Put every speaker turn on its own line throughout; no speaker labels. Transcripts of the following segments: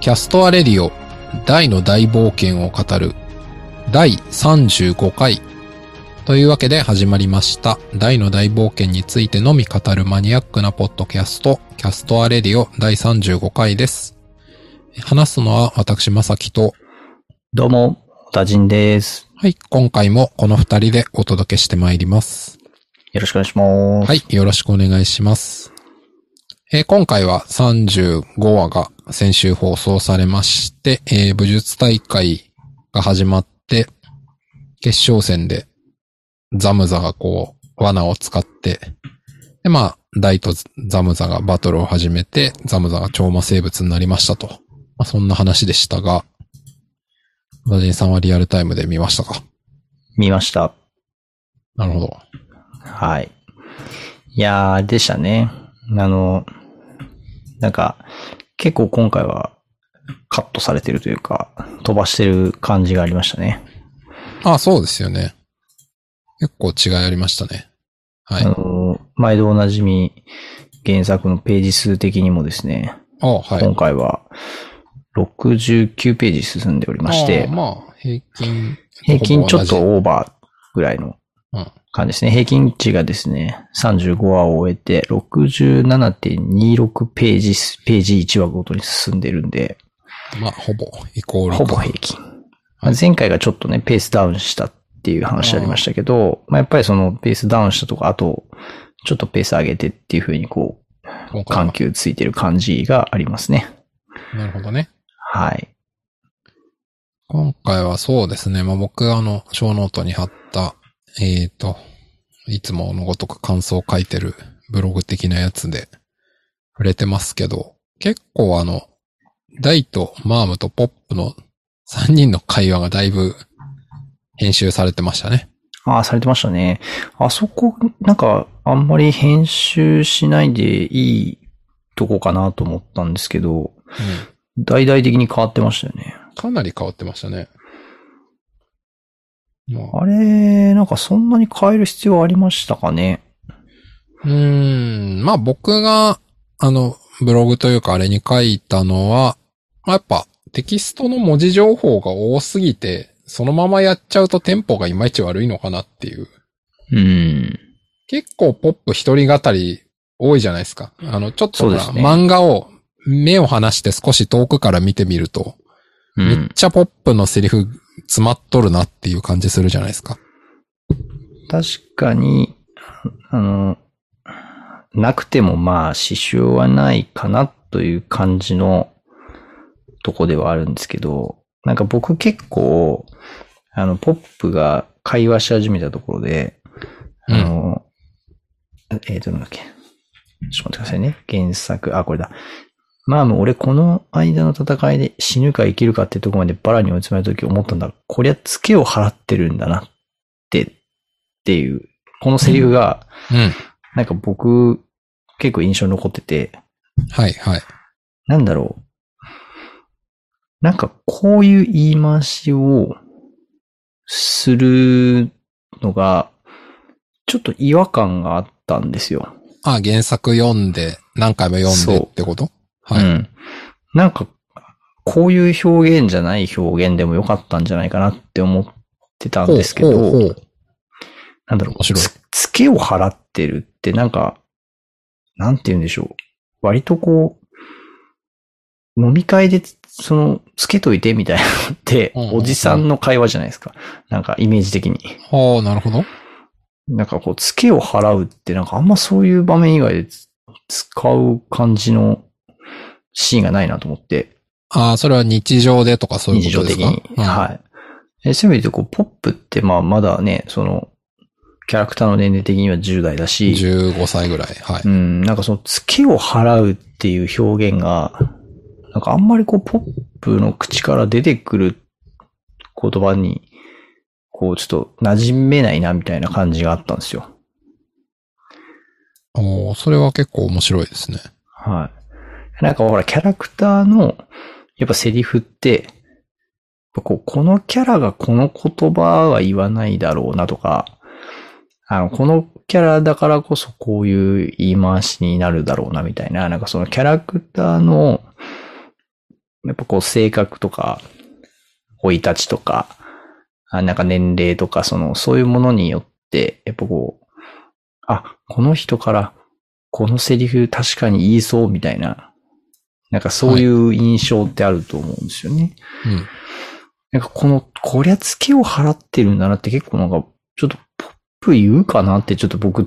キャストアレディオ大の大冒険を語る第35回というわけで始まりました大の大冒険についてのみ語るマニアックなポッドキャストキャストアレディオ第35回です話すのは私まさきと
どうも、おたじんです。
はい今回もこの二人でお届けしてまいります
よろしくお願いします。
はい、よろしくお願いします。えー今回は35話が先週放送されまして、えー武術大会が始まって、決勝戦でザムザがこう、罠を使って、で、まあ、ダイとザムザがバトルを始めて、ザムザが超魔生物になりましたと。まあ、そんな話でしたが、野人さんはリアルタイムで見ましたか
見ました。
なるほど。
はい。いやー、あれでしたね。あの、なんか、結構今回はカットされてるというか、飛ばしてる感じがありましたね。
ああ、そうですよね。結構違いありましたね。はい。
あの、毎度おなじみ原作のページ数的にもですね、
ああ、はい。
今回は69ページ進んでおりまし
あ
て
ー、まあ、平均。
平均ちょっと
ほ
オーバーぐらいの
ぼ同じ。
感じですね。平均値がですね、35話を終えて、67.26ページ、ページ1話ごとに進んでるんで、
うん。まあ、ほぼ、イコールか。
ほぼ平均。まあ前回がちょっとね、ペースダウンしたっていう話ありましたけど、まあやっぱりそのペースダウンしたとか、あと、ちょっとペース上げてっていう風にこ
今回
う、緩
は
急ついてる感じがありますね。
なるほどね。
はい。
今回はそうですね。まあ僕、あの、小ノートに貼った、えっ、と、いつものごとく感想を書いてるブログ的なやつで触れてますけど、結構あの、ダイとマームとポップの3人の会話がだいぶ編集されてましたね。
ああ、されてましたね。あそこ、なんか、あんまり編集しないでいいとこかなと思ったんですけど、
う
大々的に変わってましたよね。
ん。かなり変わってましたね。まあ
あれ、なんかそんなに変える必要ありましたかね。
うーん。まあ僕が、あの、ブログというかあれに書いたのは、まあ、やっぱテキストの文字情報が多すぎて、そのままやっちゃうとテンポがいまいち悪いのかなっていう。
うん。
結構ポップ一人語り多いじゃないですか。あの、ちょっとほら
そうですね
漫画を目を離して少し遠くから見てみると、
う
めっ
ん。
ちゃポップのセリフ詰まっとるなっていう感じするじゃないですか。
確かに、あの、なくてもまあ支障はないかなという感じのとこではあるんですけど、なんか僕結構、あの、ポップが会話し始めたところで、
うん
あの、えっ、と、なんだっけ。ちょっと待ってくださいね。原作、あ、これだ。まあ、もう俺この間の戦いで死ぬか生きるかってとこまでバラに追い詰めた時思ったんだ。こりゃツケを払ってるんだなって、っていう、このセリフが、
うん。
なんか僕、結構印象に残ってて、
はいはい。
なんだろう。なんかこういう言い回しをするのが、ちょっと違和感があったんですよ。
あ、原作読んで、何回も読んでってことはい。
うん。なんか、こういう表現じゃない表現でもよかったんじゃないかなって思ってたんですけど、
ほうほうほう
なんだろう、
面白い
つ、つけを払ってるってなんか、なんて言うんでしょう。割とこう、飲み会で、その、つけといてみたいなのって、
うんうんうん
おじさんの会話じゃないですか。なんか、イメージ的に。
はあ、なるほど。
なんかこう、つけを払うって、なんかあんまそういう場面以外でつ使う感じのシーンがないなと思って。
ああ、それは日常でとかそういう
日
こと
常
で
的
すか
に。
うん
はい。え、そういう意味でこう、ポップって、まあ、まだね、その、キャラクターの年齢的には10代だし、
15歳ぐらい。はい。
うん、なんかその、ツケを払うっていう表現が、なんかあんまりこう、ポップの口から出てくる言葉に、こう、ちょっと馴染めないな、みたいな感じがあったんですよ。
おーそれは結構面白いですね。
はい。なんかほら、キャラクターの、やっぱセリフって、やっぱこう、このキャラがこの言葉は言わないだろうなとか、あの、このキャラだからこそこういう言い回しになるだろうなみたいな、なんかそのキャラクターのやっぱこう性格とか、生い立ちとか、あなんか年齢とか、その、そういうものによって、やっぱこう、あ、この人から、このセリフ確かに言いそうみたいな、なんかそういう印象ってあると思うんですよね。
うん。
なんかこの、こりゃ付けを払ってるんだなって結構なんか、ちょっとポップ言うかなってちょっと僕、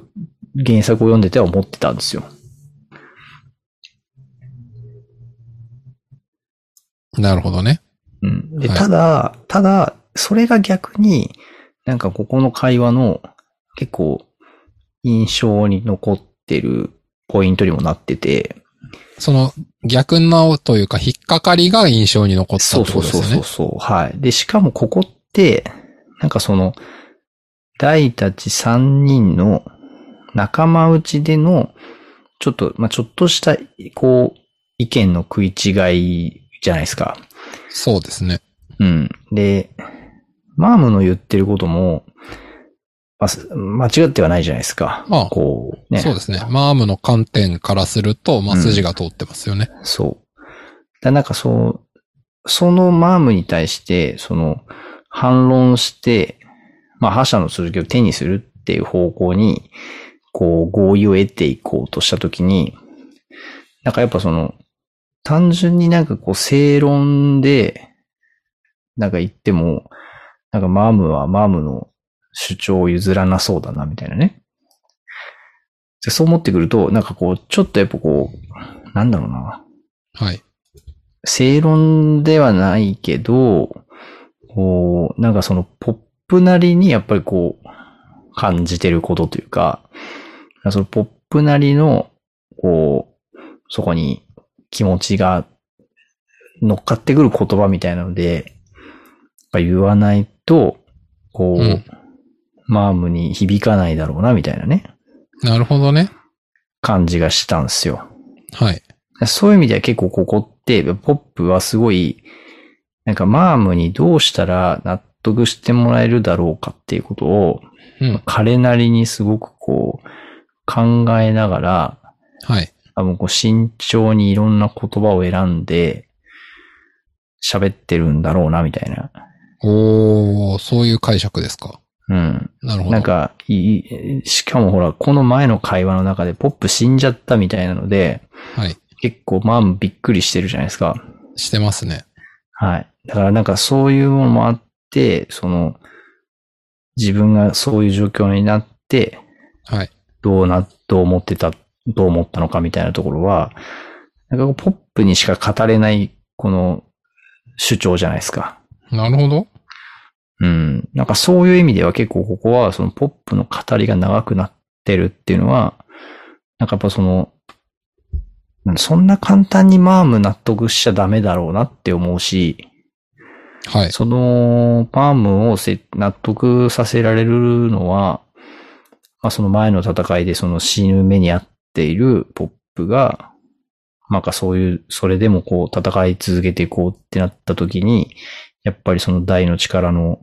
原作を読んでては思ってたんですよ。
なるほどね。
うん。で、
はい
ただ、ただ、それが逆に、なんかここの会話の結構印象に残ってるポイントにもなってて、
その逆なというか引っかかりが印象に残った
そ
っ
う
て
そ
こ
う
とです
そ
よ
う
ね。
そうそう。はい。で、しかもここって、なんかその、大たち3人の仲間内での、ちょっと、まあ、ちょっとした、こう、意見の食い違いじゃないですか。
そうですね。
うん。で、マームの言ってることも、まあす間違ってはないじゃないですか。
まあ
こう、ね。
そうですね。マームの観点からすると、まあ
うん
筋が通ってますよね。
そう。だなんかそう、そのマームに対して、その、反論して、まあ、覇者の続きを手にするっていう方向に、こう、合意を得ていこうとしたときに、なんかやっぱその、単純になんかこう、正論で、なんか言っても、なんかマームはマームの主張を譲らなそうだな、みたいなね。でそう思ってくると、なんかこう、ちょっとやっぱこう、なんだろうな。
はい。
正論ではないけど、こう、なんかそのポップなりにやっぱりこう、感じてることというか、そのポップなりの、こう、そこに気持ちが乗っかってくる言葉みたいなので、やっぱ言わないと、こう、
うん
マームに響かないだろうな、みたいなね、
なるほどね。
感じがしたんですよ。
はい。
そういう意味では結構ここって、ポップはすごい、なんかマームにどうしたら納得してもらえるだろうかっていうことを、
うん。
彼なりにすごくこう、考えながら、
はい。
多分こう慎重にいろんな言葉を選んで、喋ってるんだろうな、みたいな。
おー、そういう解釈ですか。
うん。
なるほど。
なんか、いいしかもほら、この前の会話の中でポップ死んじゃったみたいなので、
はい。
結構マームびっくりしてるじゃないですか。
してますね。
はい。だからなんかそういうものもあって、その、自分がそういう状況になって、
はい。
どうな、どう思ってた、どう思ったのかみたいなところは、なんかこうポップにしか語れない、この、主張じゃないですか。
なるほど。
うん。なんかそういう意味では結構ここは、そのポップの語りが長くなってるっていうのは、なんかやっぱその、なんそんな簡単にマーム納得しちゃダメだろうなって思うし、
はい。
その、パームをせ納得させられるのは、まあ、その前の戦いでその死ぬ目に遭っているポップが、なんかそういう、それでもこう戦い続けていこうってなった時に、やっぱりその大の力の、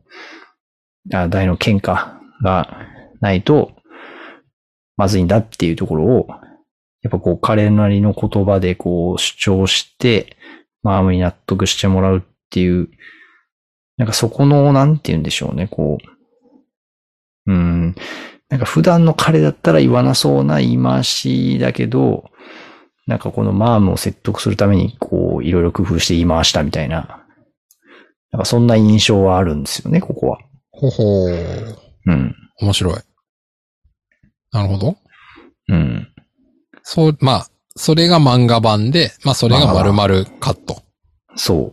あ大の喧嘩がないと、まずいんだっていうところを、やっぱこう彼なりの言葉でこう主張して、マームに納得してもらうっていう、なんかそこの、なんて言うんでしょうね、こう。うん。なんか普段の彼だったら言わなそうな言い回しだけど、なんかこのマームを説得するために、こう、いろいろ工夫して言い回したみたいな。なんかそんな印象はあるんですよね、ここは。
ほほー。
うん。
面白い。なるほど。
うん。
そう、まあ、それが漫画版で、まあそれが丸々カット
そう。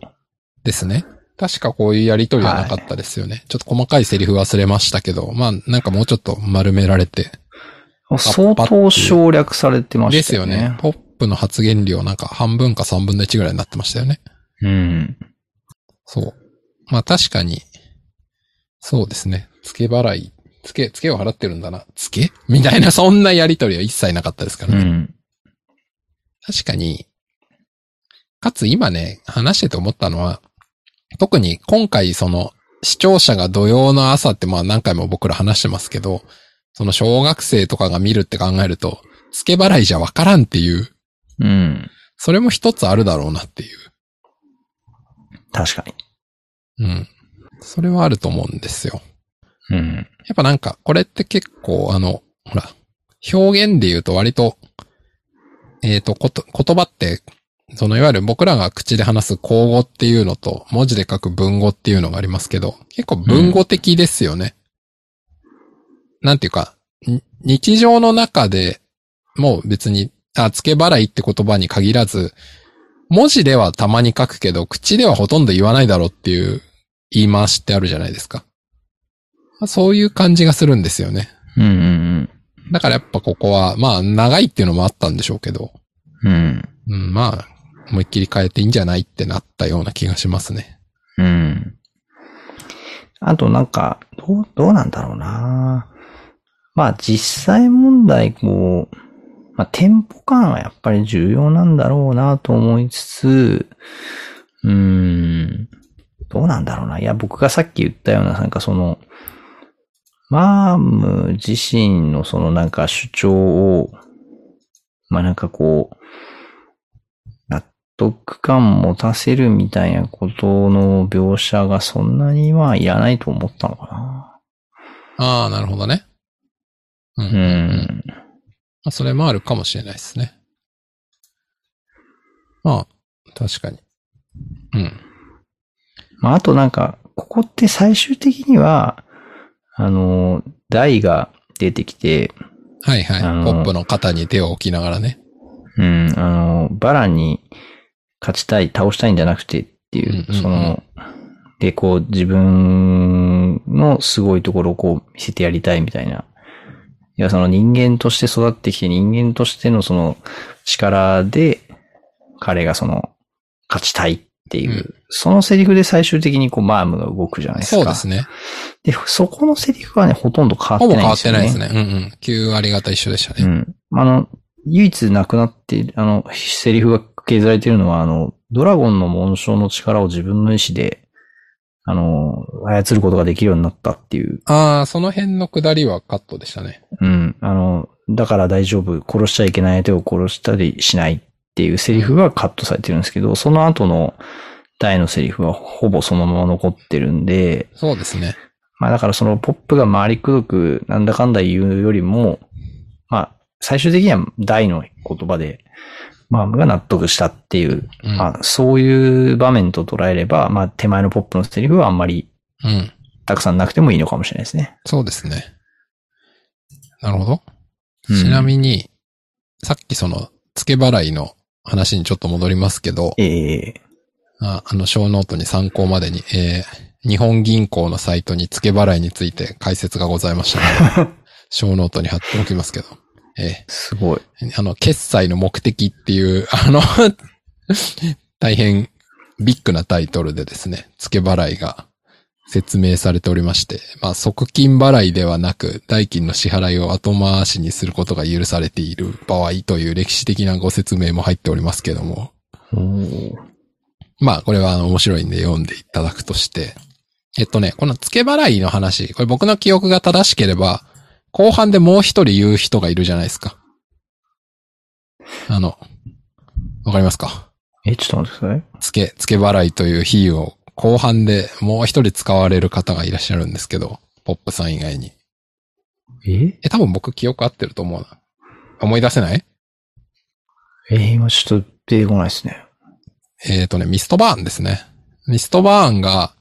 ですね。確かこういうやりとりはなかったですよね。ちょっと細かいセリフ忘れましたけど、まあなんかもうちょっと丸められて。
相当省略されてま
で
し
す
た
よ
よね。
ね。ポップの発言量なんか半分か三分の一ぐらいになってましたよね。
うん。
そう。まあ確かに、そうですね。付け払い、付け、付けを払ってるんだな。付けみたいな、 そんなやりとりは一切なかったですから
う
ね。
ん。
確かに、かつ今ね、話してて思ったのは、特に今回その視聴者が土曜の朝ってまあ何回も僕ら話してますけど、その小学生とかが見るって考えると、付け払いじゃわからんっていう、
うん。
それも一つあるだろうなっていう。
確かに。
うん。それはあると思うんですよ。
うん。
やっぱなんか、これって結構、あの、ほら、表現で言うと割と、えっ、と、こと、言葉って、そのいわゆる僕らが口で話す口語っていうのと、文字で書く文語っていうのがありますけど、結構文語的ですよね。なんていうか、に日常の中でもう別に、あ、付け払いって言葉に限らず、文字ではたまに書くけど、口ではほとんど言わないだろうっていう言い回しってあるじゃないですか。そういう感じがするんですよね。
うんうん
だからやっぱここは、まあ長いっていうのもあったんでしょうけど、
うん。うん。
うん、まあ、思いっきり変えていいんじゃないってなったような気がしますね。
うん。あとなんか、どう、どうなんだろうなまあ実際問題、こう、まあテンポ感はやっぱり重要なんだろうなと思いつつ、うーん、どうなんだろうな。いや、僕がさっき言ったような、なんかその、マーム自身のそのなんか主張を、まあなんかこう、納得感持たせるみたいなことの描写がそんなにはいらないと思ったのかな。
ああ、なるほどね。うん。
う
ま
ん。
あ、それもあるかもしれないですね。まあ、確かに。うん。
まあ、あとなんか、ここって最終的には、あの、台が出てきて、
はいはい。
あの
ポップの肩に手を置きながらね。
うん、あの、バラに勝ちたい、倒したいんじゃなくてっていう、
うんうんうん
その、で、こう、自分のすごいところをこう、見せてやりたいみたいな。いや、その人間として育ってきて、人間としてのその力で、彼がその、勝ちたいっていう、
うん
そのセリフで最終的にこう、マームが動くじゃないですか。
そうですね。
で、そこのセリフはね、ほとんど変わ
ほ
っ
ぼ
て
変
な
わ
いんで
っ
す
て
よね。
ないですね。うんうん。9割方一緒でしたね。
うん。あの、唯一なくなっている、あの、セリフが削られているのは、あの、ドラゴンの紋章の力を自分の意志で、あの、操ることができるようになったっていう。
ああ、その辺の下りはカットでしたね。
うん。あの、だから大丈夫。殺しちゃいけない相手を殺したりしないっていうセリフがカットされてるんですけど、その後の大のセリフはほぼそのまま残ってるんで、
そうですね。
まあだからそのポップが回りくどくなんだかんだ言うよりも、まあ最終的には大の言葉で、まあが納得したっていう、
うん。
まあそういう場面と捉えれば、まあ手前のポップのセリフはあんまり
うん。
たくさんなくてもいいのかもしれないですね。
そうですね。なるほど。
うん
ちなみに、さっきその、付け払いの話にちょっと戻りますけど、
ええ
ああの、小ノートに参考までに、えー日本銀行のサイトに付け払いについて解説がございましたの で、小ノートに貼っておきますけど、え
すごい。
ーあの、決済の目的っていう、あの、 大変ビッグなタイトルでですね、付け払いが説明されておりまして、まあ、即金払いではなく、代金の支払いを後回しにすることが許されている場合という歴史的なご説明も入っておりますけども、
おー
まあ、これはあの面白いんで読んでいただくとして、えっとね、この付け払いの話、これ僕の記憶が正しければ、後半でもう一人言う人がいるじゃないですか。あの、わかりますか
え、ちょっと待ってください。
付け、付け払いという比喩を後半でもう一人使われる方がいらっしゃるんですけど、ポップさん以外に。
え
え、多分僕記憶合ってると思うな。思い出せない
えー今ちょっと出てこないですね。
えっ、とね、ミストバーンですね。ミストバーンが、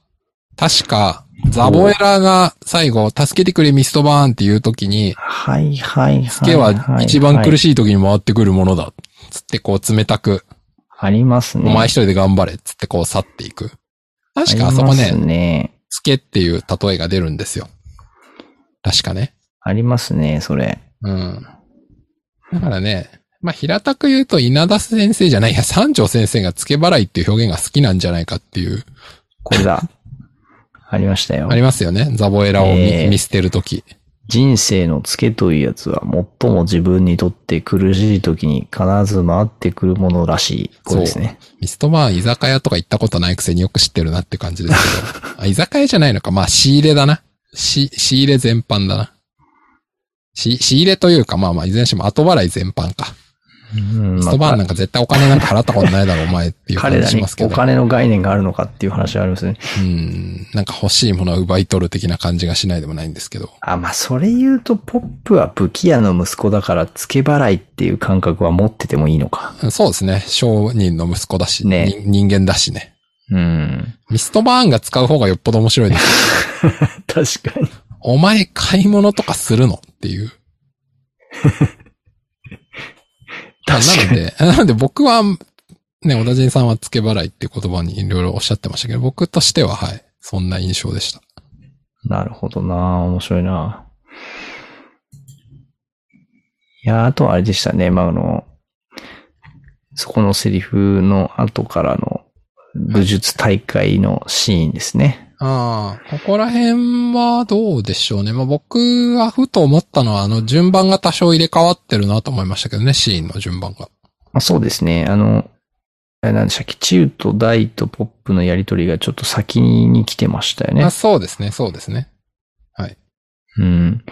確か、ザボエラが最後、助けてくれミストバーンっていう時に、
はいはいはい。
助けは一番苦
い。
しい時に回ってくるものだ。つってこう冷たく、
ありますね。
お前一人で頑張れ。つってこう去っていく。確かあそこ
あり
ね、
ますね。
付けっていう例えが出るんですよ。確かね。
ありますね、それ。
うん。だからね、まあ、平たく言うと稲田先生じゃない、いや、三条先生が付け払いっていう表現が好きなんじゃないかっていう。
これだ。 ありましたよ
あ。りますよね。ザボエラを見,、
ええ
捨てるとき。
人生のツケというやつは最も自分にとって苦しい時に必ず回ってくるものらしい。これですね。
ミストバーン居酒屋とか行ったことないくせによく知ってるなって感じですけ ど。あ居酒屋じゃないのか。まあ仕入れだな。し仕入れ全般だな。し仕入れというか、まあまあ、いずれにしても後払い全般か。
うん
ス
ま
トバー
あ
ンなんか絶対お金なんか払ったことないだろ、お前っていう
彼
感じ
ら
し
に
ますけ
お
ど。
金の概念があるのかっていう話はありますね。
うん。なんか欲しいものは奪い取る的な感じがしないでもないんですけど。
あ、まあ、それ言うと、ポップは武器屋の息子だから、付け払いっていう感覚は持っててもいいのか。
そうですね。商人の息子だし、
ね
人人間だしね。
うん。
ミストバーンが使う方がよっぽど面白いです。
確かに。
お前買い物とかするのっていう。な
確かに
ので、 なので僕は、ね、小田人さんは付け払いっていう言葉にいろいろおっしゃってましたけど、僕としてははい、そんな印象でした。
なるほどな面白いないや、あとはあれでしたね。まあ、あの、そこのセリフの後からの武術大会のシーンですね。
ああ、ここら辺はどうでしょうね。まあ、僕はふと思ったのは、あの、順番が多少入れ替わってるなと思いましたけどね、シーンの順番が。
まあ、そうですね。あの、あれなんでしたっけ、チューとダイとポップのやりとりがちょっと先に来てましたよね
あ。そうですね、そうですね。
うん。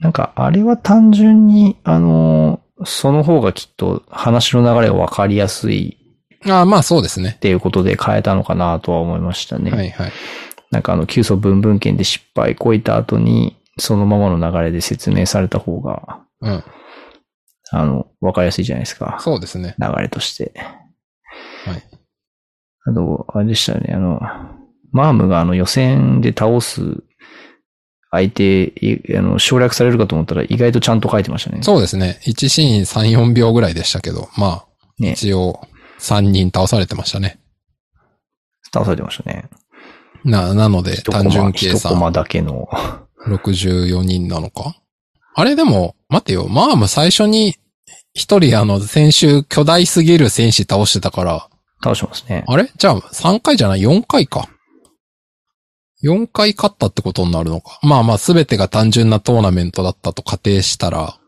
なんか、あれは単純に、あの、その方がきっと話の流れがわかりやすい
ああ、まあそうですね
っ。ていうことで変えたのかなとは思いましたね。
はいはい。
なんかあの、急速文文献で失敗こいた後に、そのままの流れで説明された方が、
うん。
あの、わかりやすいじゃないですか。
そうですね。
流れとして。
はい。
あと、あれでしたよね、あの、マームがあの予選で倒す相手、いあの省略されるかと思ったら意外とちゃんと書いてましたね。
そうですね。1シーン3、4秒ぐらいでしたけど、まあ、
ね
一応3人倒されてましたね。
倒されてましたね。
な、なので、
一コ
単
マ、
純計
一コ
算
マだけの。
64人なのかあれでも、待てよ、マーム最初に一人あの、先週巨大すぎる戦士倒してたから、
倒してますね。
あれじゃあ3回じゃない ?4 回か。4回勝ったってことになるのか。まあまあ、すべてが単純なトーナメントだったと仮定したら、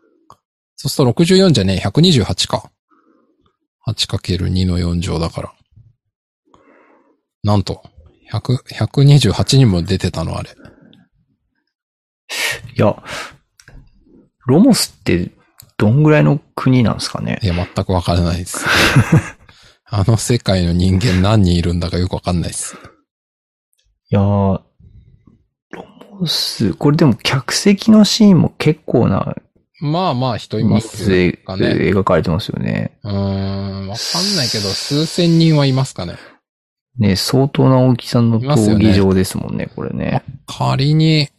そうすると64じゃねえ、128か。8×2 の4乗だから。なんと、100、128にも出てたの、あれ。
いや、ロモスってどんぐらいの国なんですかね
いや、全くわからないです。 あの世界の人間何人いるんだかよくわかんないです。
いやー、ロモス、これでも客席のシーンも結構な
まあまあ人いま
人
す
数で
かね。
描かれてますよね。
うーん、わかんないけど、数千人はいますかね。
ね、相当な大きさの
いますよ
闘
ね
技場ですもんね、これね。
仮に、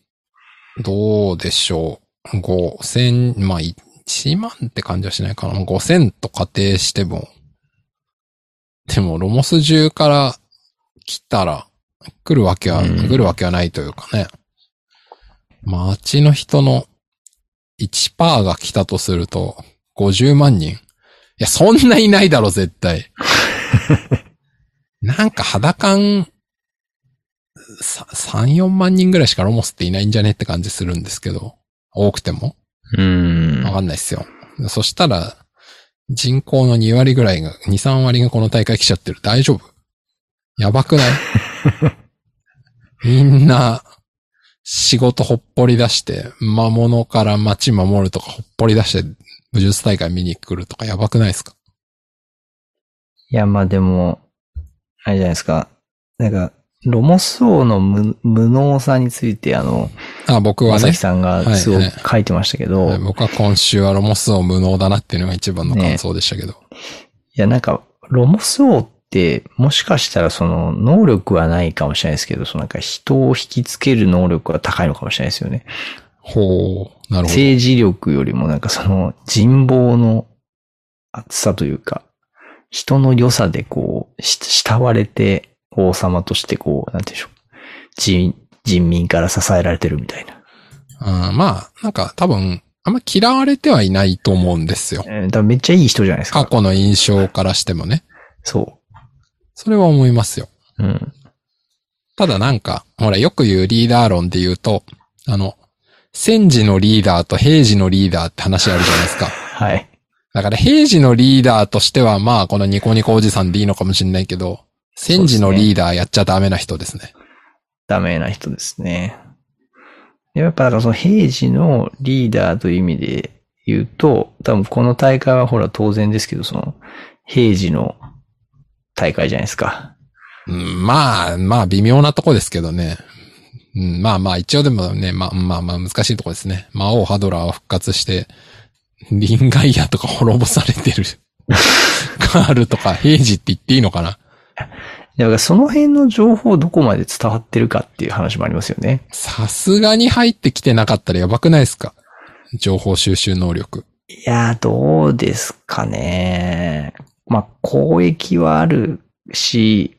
どうでしょう。5000、まあ1万って感じはしないかな。5000と仮定しても。でも、ロモス中から来たら、来るわけは、
うん
来るわけはないというかね。街の人の1%が来たとすると、50万人。いや、そんないないだろ、絶対。 なんか肌感、さ3、4万人ぐらいしかロモスっていないんじゃねって感じするんですけど、多くても。
うん
わかんないっすよ。そしたら、人口の2割ぐらいが、2、3割がこの大会来ちゃってる。大丈夫やばく ないみんな、仕事ほっぽり出して、魔物から街守るとかほっぽり出して、武術大会見に来るとかやばくないですか
いや、まあでも、あれじゃないですか。なんか、ロモス王の無無能さについて、あの、
あ、僕は
まさ
ね
き、さんがすごく書いてましたけど、い
僕は今週はロモスを無能だなっていうのが一番の感想でしたけど。
や、なんか、ロモス王って、もしかしたらその、能力はないかもしれないですけど、そのなんか人を引きつける能力は高いのかもしれないですよね。
ほう、なるほど。
政治力よりもなんかその人望の厚さというか、人の良さでこう、し慕われて王様としてこう、なんていうんでしょう。人、人民から支えられてるみたいな。
うん、まあ、なんか多分、あんま嫌われてはいないと思うんですよ。
えーだからめっちゃいい人じゃないです
過
か。
去の印象からしてもね。
そ
それは思いますよ。
う。うん。
ただなんか、ほら、よく言うリーダー論で言うと、あの、戦時のリーダーと平時のリーダーって話あるじゃないですか。
はい。
だから平時のリーダーとしては、まあ、このニコニコおじさんでいいのかもしれないけど、戦時のリーダーやっちゃダメな人ですね。
ダメな人ですね。やっぱだからその平時のリーダーという意味で言うと、多分この大会はほら当然ですけど、その、平時の大会じゃないですか。
うんまあ、まあ、微妙なとこですけどね。うん、まあまあ、一応でもね、まあまあまあ、難しいとこですね。魔王ハドラーは復活して、リンガイアとか滅ぼされてる。カールとか、平時って言っていいのかな
だからその辺の情報をどこまで伝わってるかっていう話もありますよね。
さすがに入ってきてなかったらやばくないですか情報収集能力。
いやー、どうですかね。まあ、交易はあるし、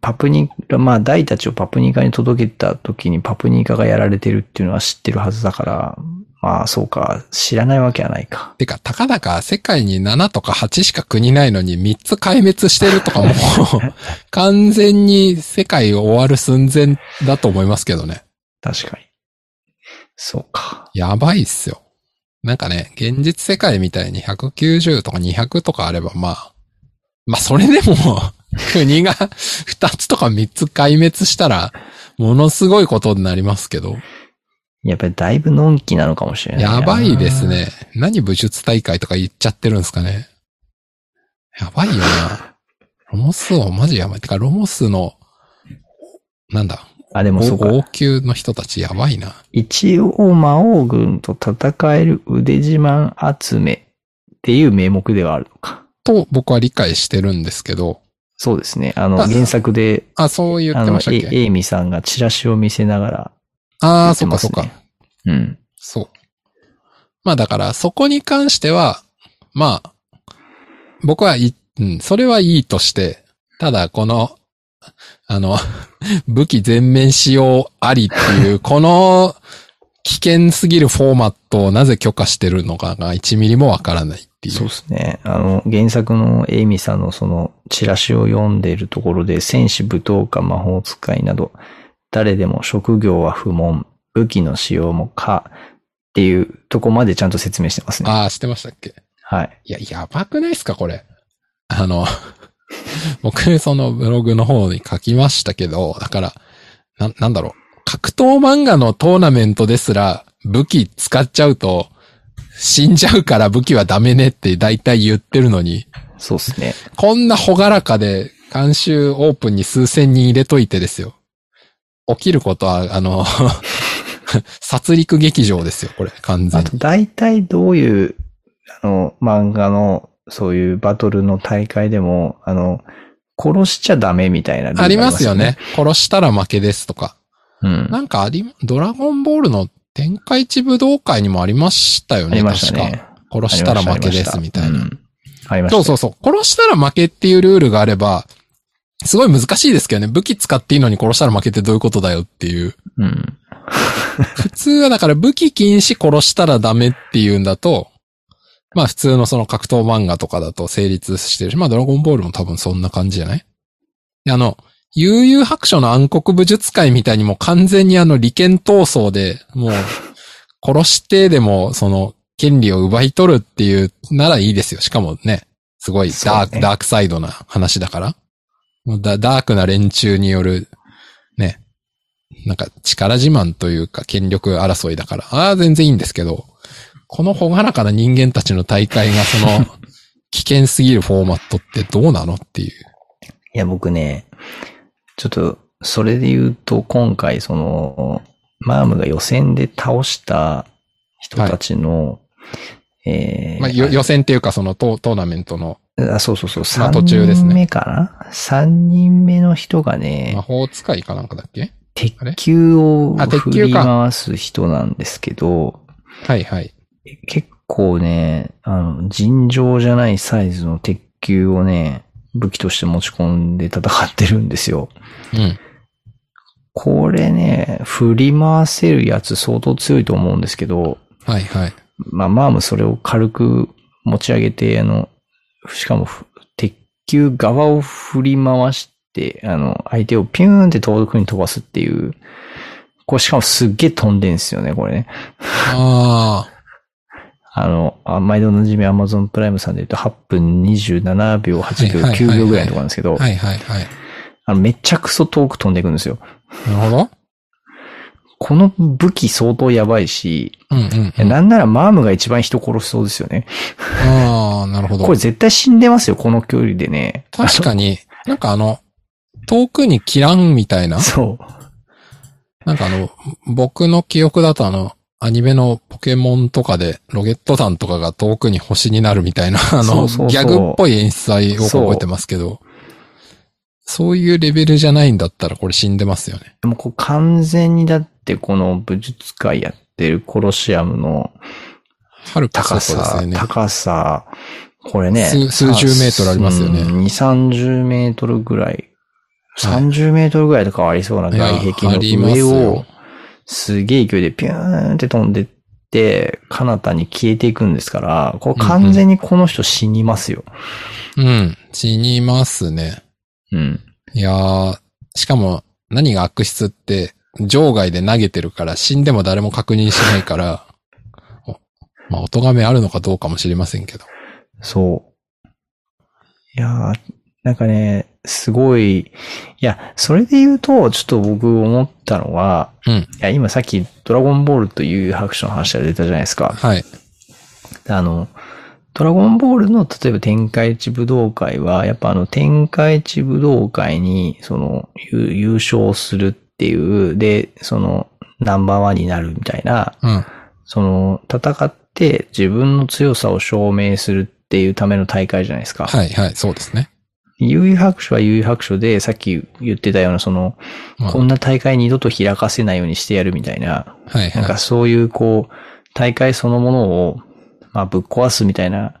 パプニカ、まあ、大たちをパプニカに届けた時にパプニカがやられてるっていうのは知ってるはずだから、まあ、そうか、知らないわけはないか。
てか、たかだか世界に7とか8しか国ないのに3つ壊滅してるとかもう、完全に世界終わる寸前だと思いますけどね。
確かに。そうか。
やばいっすよ。なんかね、現実世界みたいに190とか200とかあれば、まあ、まあそれでも、 国が2つとか3つ壊滅したら、ものすごいことになりますけど、
やっぱりだいぶのんきなのかもしれないな。
やばいですね。何武術大会とか言っちゃってるんですかね。やばいよな。ロモスをマジやばい。てか、ロモスの、なんだ、
あ、でもそうか。
王宮の人たちやばいな。
一応魔王軍と戦える腕自慢集めっていう名目ではあるのか。
と、僕は理解してるんですけど、
そうですね。あの、
あ
原作で、
あ、そう言っ
あ
て
の
ましたっけ
エイミさんがチラシを見せながら
あ
や
あ、
って
そっ
ま
か
す
そ
ね、
っか。
うん。
そう。まあだから、そこに関しては、まあ、僕はい、うん、それはいいとして、ただこの、あの、 武器全面使用ありって いう、この危険すぎるフォーマットをなぜ許可してるのかが1ミリもわからないっていう。
そうですね。あの、原作のエイミさんのそのチラシを読んでいるところで、戦士、武闘家、魔法使いなど、誰でも職業は不問、武器の使用も可っていうとこまでちゃんと説明してますね。
ああ、してましたっけ
はい。
いや、やばくないですか、これ。あの、 僕、そのブログの方に書きましたけど、だから、な、なんだろう。格闘漫画のトーナメントですら、武器使っちゃうと、死んじゃうから武器はダメねって大体言ってるのに、
そうですね。
こんなほがらかで、監修オープンに数千人入れといてですよ。起きることは、あの、 殺戮劇場ですよ、これ、完全
あ
に。
と、大体どういう、あの、漫画の、そういうバトルの大会でも、あの、殺しちゃダメみたいなルール
ありますよね。殺したら負けですとか。
ありますよね。うん。
なんかあり、ドラゴンボールの天下一武道会にもありましたよ
あ
ね、
りましたね。
確か。殺したら負けです、みたいな。
うんありました
そ
ね。
うそうそう。殺したら負けっていうルールがあれば、すごい難しいですけどね。武器使っていいのに殺したら負けってどういうことだよっていう。
うん。
普通はだから武器禁止殺したらダメっていうんだと、まあ普通のその格闘漫画とかだと成立してるし、まあドラゴンボールも多分そんな感じじゃないであの、悠々白書の暗黒武術会みたいにもう完全にあの利権闘争で、 もう殺してでもその権利を奪い取るっていうならいいですよ。しかもね、すごいダー
そう
ク、
ね
ダークサイドな話だから。もうダダークな連中による、ね、なんか力自慢というか権力争いだから、ああ、全然いいんですけど、このほがらかな人間たちの大会がそ の、危険すぎるフォーマットってどうなのっていう。
いや、僕ね、ちょっと、それで言うと、今回、その、マームが予選で倒した人たちの、えー、
まあ、よ予選っていうかそのトートーナメントの
あ、そうそうそう、
まあ
3
途中ですね
人目かな ?3 人目の人が
魔
ね、
法使いかなんかだっけ
鉄
あれ
球を
あ鉄
振
球
り
か
回す人なんですけど、
はいはい。
結構ね、あの、尋常じゃないサイズの鉄球をね、武器として持ち込んで戦ってるんですよ。
うん。
これね、振り回せるやつ相当強いと思うんですけど、
はいはい。
まあ、マームそれを軽く持ち上げて、あの、しかもふ、鉄球側を振り回して、あの、相手をピューンって遠くに飛ばすっていう。これしかもすっげえ飛んでんすよね、これね。
あ
あの、あ毎度おなじみ Amazon プライムさんで言うと8分27秒、8秒、
はいはいはいはい
9秒ぐらいのところなんですけ
あ。
ど、
はいはいはい。
あのめちゃくそ遠く飛んでいくんですよ。
なるほど。
この武器相当やばいし、
うんうんうん。
なんならマームが一番人殺しそうですよね。
ああ、なるほど
こ。れ絶対死んでますよ、この距離でね。
確かに、なんかあの、遠くにキランみたいな、
そう。
なんかあの、僕の記憶だとあの、アニメのポケモンとかでロケット弾とかが遠くに星になるみたいな、あの、
そうそうそう
ギャグっぽい演出を覚えてますけど、そういうレベルじゃないんだったらこれ死んでますよね。
でもこう完全にだってこの武術界やってるコロシアムの
はるか
高
そうです
さ、
よね。
高さ、これね。
数数十メートルありますよね
うん2、30メートルぐら
は
い。
い
30メートルぐらいとかありそうな外壁
いやあり
の
ます
上
よ
を、すげえ勢いでピューンって飛んでって、彼方に消えていくんですから、これ完全にこの人死にますよ。
うん。死にますね。
うん。
いやー、しかも何が悪質って、場外で投げてるから死んでも誰も確認しないから、 おまあ、お咎めあるのかどうかもしれませんけど。
そう。いやー、なんかね、すごい、いや、それで言うと、ちょっと僕思ったのは、
うん
いや、今さっきドラゴンボールという拍手の話が出たじゃないですか。
はい。
あの、ドラゴンボールの、例えば天下一武道会は、やっぱあの、天下一武道会に、その、優優勝するっていう、で、その、ナンバーワンになるみたいな、
うん。
その、戦って自分の強さを証明するっていうための大会じゃないですか。
はいはい、そうですね。
悠々白書は悠々白書で、さっき言ってたような、その、
まあ
こんな大会二度と開かせないようにしてやるみたいな、
はい
なんか
は
そういうこう、大会そのものを、まあぶっ壊すみたいな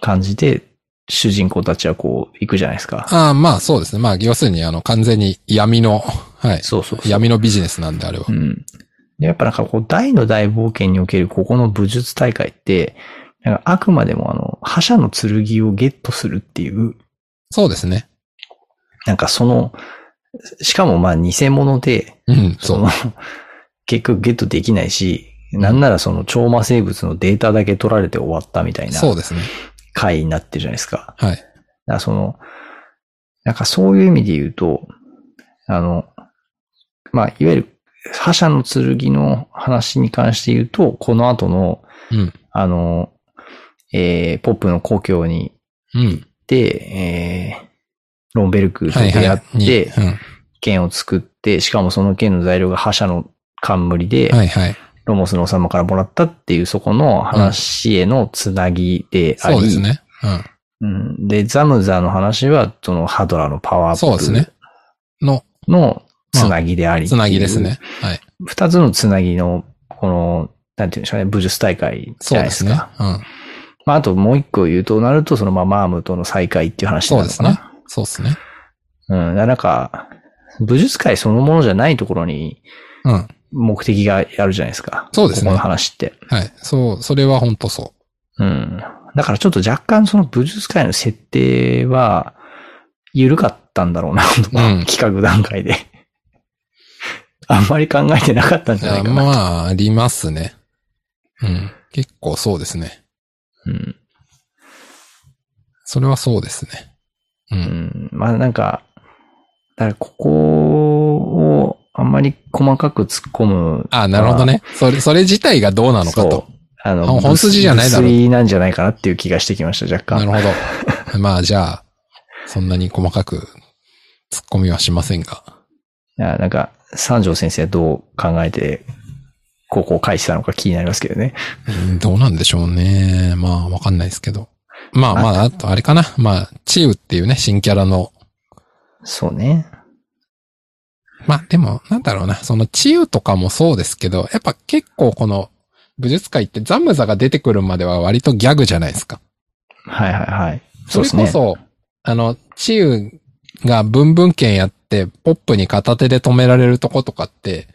感じで、主人公たちはこう、行くじゃないですか。
ああ、まあそうですね。まあ要するにあの完全に闇の、はい。
そうそうそう。
闇のビジネスなんであれは
う。ん。で、やっぱなんかこう、大の大冒険におけるここの武術大会って、なんかあくまでもあの、覇者の剣をゲットするっていう、
そうですね。
なんかその、しかもまあ偽物で、
うん、
そ
そう
の。、結局ゲットできないし、なんならその超魔生物のデータだけ取られて終わったみたいな
そうですね。
回になってるじゃないですか。だか
はい。
らその、なんかそういう意味で言うと、あの、まあ、いわゆる覇者の剣の話に関して言うと、この後の、
うん。
あの、えー、ポップの故郷に
うん。
行って、えー、ロンベルクと
はい
出会
は
っ
い。に
て、
うん。
剣を作って、しかもその剣の材料が覇者の冠で、
はいはい。
ロモスの王様からもらったっていうそこの話へのつなぎであり、
そうですね。うん。
うんで、ザムザの話は、そのハドラーのパワーア
そうです
ッ
ね。の、
プのつなぎであり、
つなぎですね。。はい。
二つのつなぎの、この、なんていうんでしょうね、武術大会じ
そう
ゃな
で
いで
す
すか。
ね。うん。
まあ、あともう一個言うとなると、そのまあ、マームとの再会っていう話に
そう
なる
で
の
す
かな。
ね。そうですね。
うん。なんか、武術界そのものじゃないところに
うん。は
目的があるじゃないですか。
そうですね
ここの話って。
い。そう、それは本当そ
うん。だからちょっと若干その武術界の設定は、緩かったんだろうな、
うん
企画段階で。 あんまり考えてなかったん
う。い
じゃな
や
いかな。
まあ、ありますね。うん。結構そうですね。
うん。
それはそうですね。う。
うんん。まあなんか、だからここをあんまり細かく突っ込む。
あなるほどね。それ、それ自体がどうなのかと
そ。う。あの、
本筋じゃないだろう
無粋なんじゃないかなっていう気がしてきました、若
な
干。
るほど。 まあ、じゃあ、そんなに細かく突っ込みはしませんが。
いやなんか、三条先生はどう考えて、ここを返したのか気になりますけどね。
うんどうなんでしょうね。まあ、わかんないですけど。まあまあ、あとあれかな。まあ、チウっていうね、新キャラの。
そうね。
まあ、でも、なんだろうな。そのチウとかもそうですけど、やっぱ結構この、武術界ってザムザが出てくるまでは割とギャグじゃないですか。
はいはいはい。
それ
う
こ
ですね。
そ、あの、チウが文文券やって、ポップに片手で止められるとことかって、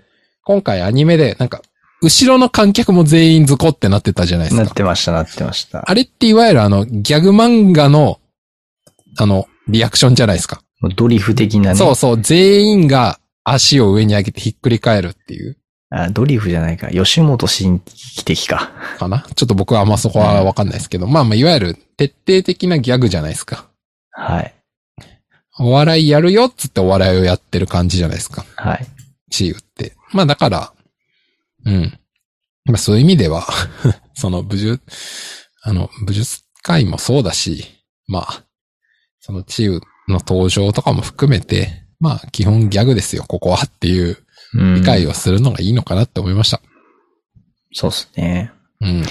今回アニメで、なんか、後ろの観客も全員ズコってなってたじゃないです
な
か
っ。てました、なってました。
あれっていわゆるあの、ギャグ漫画の、あの、リアクションじゃないですか。
もうドリフ的なね。
そうそう、全員が足を上に上げてひっくり返るっていう、
あドリフじゃないか。吉本新喜劇か。
かな。ちょっと僕はあんまそこはわかんないですけど、まあまあ、いわゆる徹底的なギャグじゃないですか。
はい。
お笑いやるよっつってお笑いをやってる感じじゃないですか。
はい。
チーウって。まあだから、うん。まあそういう意味では、 その武術、あの、武術界もそうだし、まあ、そのチームの登場とかも含めて、まあ基本ギャグですよ、ここはっていう
うん
理解をするのがいいのかなって思いました。
そうですね。
うん。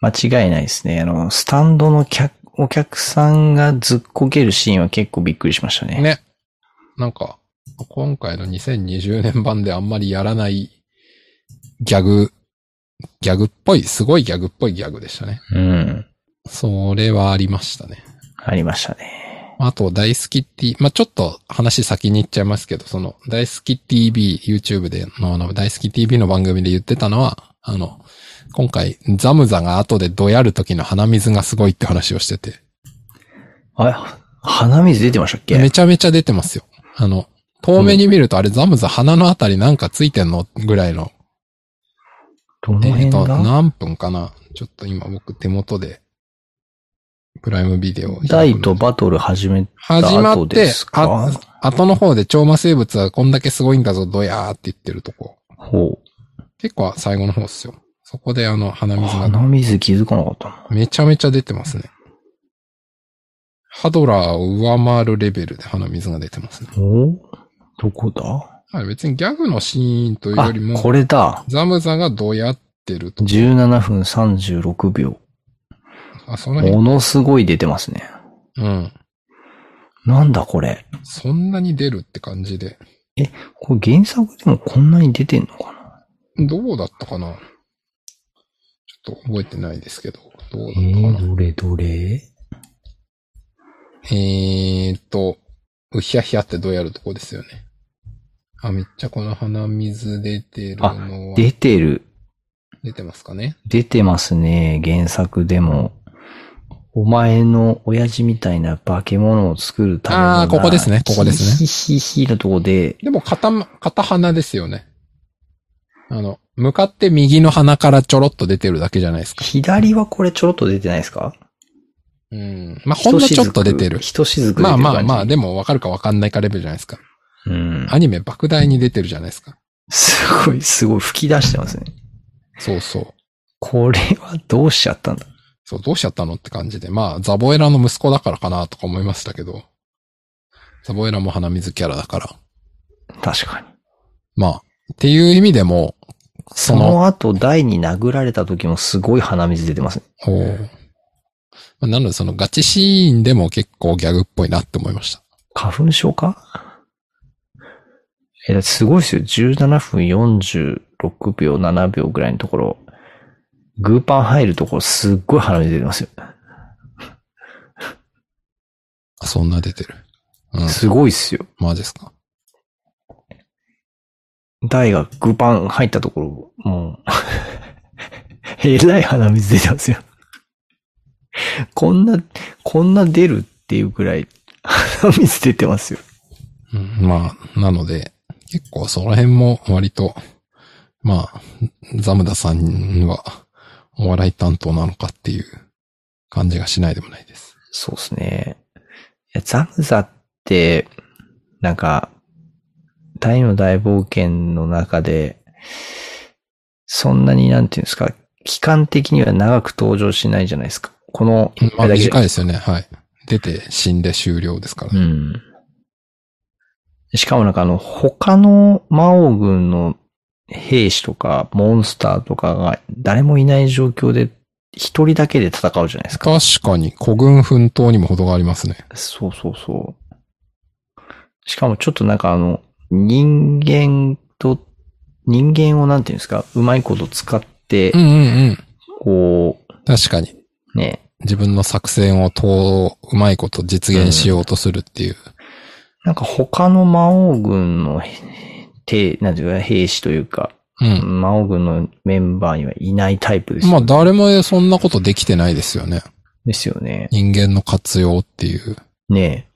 間違いないですね。あの、スタンドの客、お客さんがずっこけるシーンは結構びっくりしましたね。
ね。なんか、今回の2020年版であんまりやらないギャグ、ギャグっぽい、すごいギャグっぽいギャグでしたね。
うん。
それはありましたね。
ありましたね。
あと、大好き T、まあ、ちょっと話先に行っちゃいますけど、その、大好き TV、YouTube での、あの、大好き TV の番組で言ってたのは、あの、今回、ザムザが後でどやる時の鼻水がすごいって話をしてて。
あ鼻水出てましたっけ
めちゃめちゃ出てますよ。あの、遠目に見るとあれザムザ鼻のあたりなんかついてんのぐらいの。
どの
え
辺
っと、
だ
何分かなちょっと今僕手元で、プライムビデオを開くんで。
大とバトル始め
始ま
後
っ
で
て
す、か
あ後の方で超魔生物はこんだけすごいんだぞ、ドヤーって言ってるとこ。
ほ
結構最後の方っすよ。そこであの鼻
う。
水が
鼻水気づかなかったな。
めちゃめちゃ出てますね。ハドラーを上回るレベルで鼻水が出てますね。
おどこだ
はい別にギャグのシーンというよ
あ
りも、、
これだ。
ザムザがどうやってると。
17分36秒。
あ、その辺。
ものすごい出てますね。
うん。
なんだこれ。
そんなに出るって感じで。
これ原作でもこんなに出てんのかな
どうだったかなちょっと覚えてないですけど。どうだ
え
ったかな、
どれどれ
えーっと、うひゃひゃってどうやるとこですよね。あ、めっちゃこの鼻水出てるのは、
出てる。
出てますかね
出てますね。原作でも。お前の親父みたいな化け物を作るためのな。
あーここですねここですね
ヒヒヒヒのとこで、
でも、片ま、片鼻ですよね。あの、向かって右の鼻からちょろっと出てるだけじゃないですか。
左はこれちょろっと出てないですか
うん。まあ、ほんのちょっと出てる。
一雫出てる
まあ
感じ。
まあまあ、でも分かるか分かんないかレベルじゃないですか。
うん。
アニメ莫大に出てるじゃないですか。
すごい、すごい吹き出してますね。
そうそう。
これはどうしちゃったんだ
そう、どうしちゃったのって感じで。まあ、ザボエラの息子だからかなとか思いましたけど。ザボエラも鼻水キャラだから。
確かに。
まあ、っていう意味でも、そ
そ
の、
の後、台に殴られた時もすごい鼻水出てますね。
おうまあなのでそのガチシーンでも結構ギャグっぽいなって思いました。
花粉症かえ、だってすごいですよ。17分46秒、7秒ぐらいのところ、グーパン入るところ、すっごい鼻水出てますよ。
あそんな出てる。うん。
すごいっすよ。
マジですか。
台がグーパン入ったところ、も う、えらい鼻水出てますよ。こんな、こんな出るっていうくらい、鼻水出てますよ。
うん、まあ、なので、結構その辺も割と、まあ、ザムダさんはお笑い担当なのかっていう感じがしないでもないです。
そうですね。いや、ザムザって、なんか、大の大冒険の中で、そんなになんていうんですか、期間的には長く登場しないじゃないですか。この、
まあ
だけ
短いですよね。はい。出て死んで終了ですから
う
ね。
ん。しかもなんかあの、他の魔王軍の兵士とか、モンスターとかが誰もいない状況で、一人だけで戦うじゃないですか。
確かに古軍奮闘にも程がありますね。
そうそうそう。しかもちょっとなんかあの、人間と、人間をなんていうんですか、うまいこと使って
う、んうんうん。
こ
確かに。
う、ね、
自分の作戦をとうまいこと実現しようとするっていう。
なんか他の魔王軍の、て、なんていうか、兵士というか、
うん。
魔王軍のメンバーにはいないタイプですよ,、
まあ誰もそんなことできてないですよね。
ですよね。
人間の活用っていう。
ね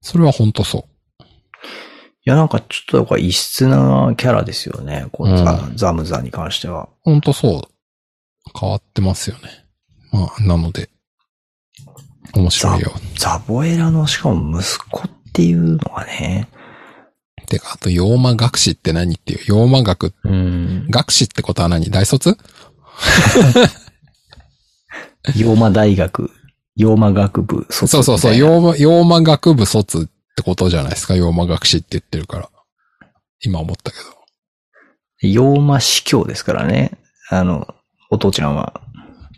それは本当そう。
いや、なんかちょっとやっぱ異質なキャラですよね。このザ,、
う
ザムザに関しては。
ほんとそう。変わってますよね。まあ、なので、面白いよ。
ザボエラの、しかも息子っていうのがね、
てか、あと、妖魔学士って何っていう、妖魔学、
うん。
学士ってことは何大卒
洋間大学、洋間学部卒
そうそうそう、
みたいな
妖魔、妖魔学部卒ってことじゃないですか、妖魔学士って言ってるから。今思ったけど。
洋間司教ですからね。あの、お父ちゃんは。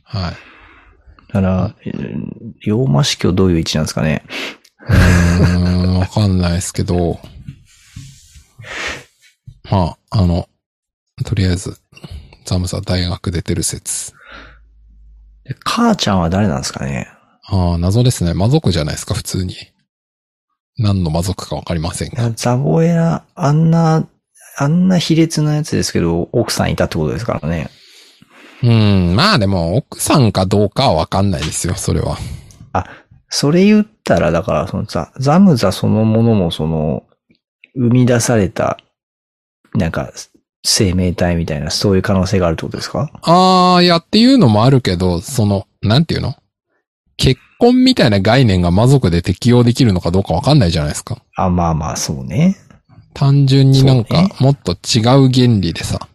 はい。
だから、うん洋間司教どういう位置なんですかね。
うーん、わかんないですけど。まあ、あの、とりあえず、ザムさん大学出てる説。
で母ちゃんは誰なんですかね。
ああ、謎ですね。魔族じゃないですか、普通に。何の魔族かわかりません
いや
が。
ザボエラ、あんな、あんな卑劣なやつですけど、奥さんいたってことですからね。
うん、まあでも、奥さんかどうかはわかんないですよ、それは。
あ、それ言ったら、だから、そのザ、ザムザそのものも、その、生み出された、なんか、生命体みたいな、そういう可能性があるってことですか
ああ、いやっていうのもあるけど、その、なんていうの結婚みたいな概念が魔族で適用できるのかどうかわかんないじゃないですか。
あ、まあまあ、そうね。
単純になん
そう
か
ね、
もっと違う原理でさ。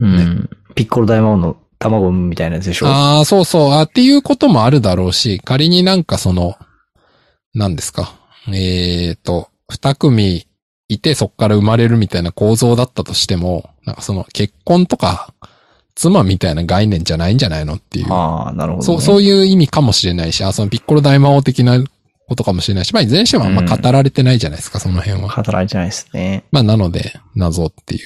うん。ピッコロ大魔王の卵みたいなやつでしょ
ああ、そうそう。あっていうこともあるだろうし、仮になんかその、何ですか。えっ、と、二組いてそっから生まれるみたいな構造だったとしても、なんかその結婚とか、妻みたいな概念じゃないんじゃないのっていう。
ああ、なるほど、ね。
そう、そういう意味かもしれないし、あ、そのピッコロ大魔王的なことかもしれないし、まあ、いずれにしてもあんま語られてないじゃないですか、その辺は。
働いてないですね。
まあ、なので、謎ってい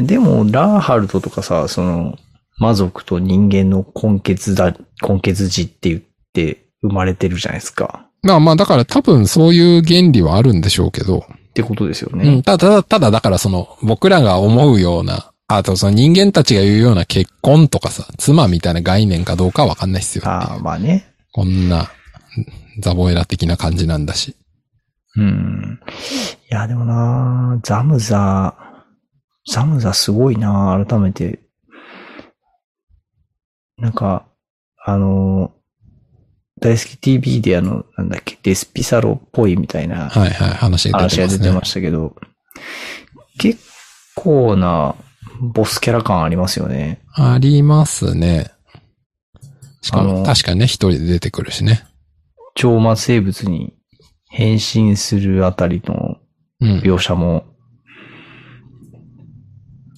う。
でも、ラーハルトとかさ、その、魔族と人間の根血だ、根血児って言って生まれてるじゃないですか。
まあまあ、だから多分そういう原理はあるんでしょうけど、
ってことですよね。
うん、ただ、ただ、ただだからその、僕らが思うような、あとその人間たちが言うような結婚とかさ、妻みたいな概念かどうかはわかんないっすよ。
ああ、まあね。
こんな、ザボエラ的な感じなんだし。
うん。いや、でもなザムザ、ザムザすごいな改めて。なんか、あの大好き TV であの、なんだっけ、デスピサロっぽいみたいな
はいはい、話が出て
話が
ま
出
す
て
ね
ま。したけど、結構なボスキャラ感ありますよね。
ありますね。しか
あ
も、
の
確かにね、一人で出てくるしね。
超魔生物に変身するあたりの
うん。
描写も、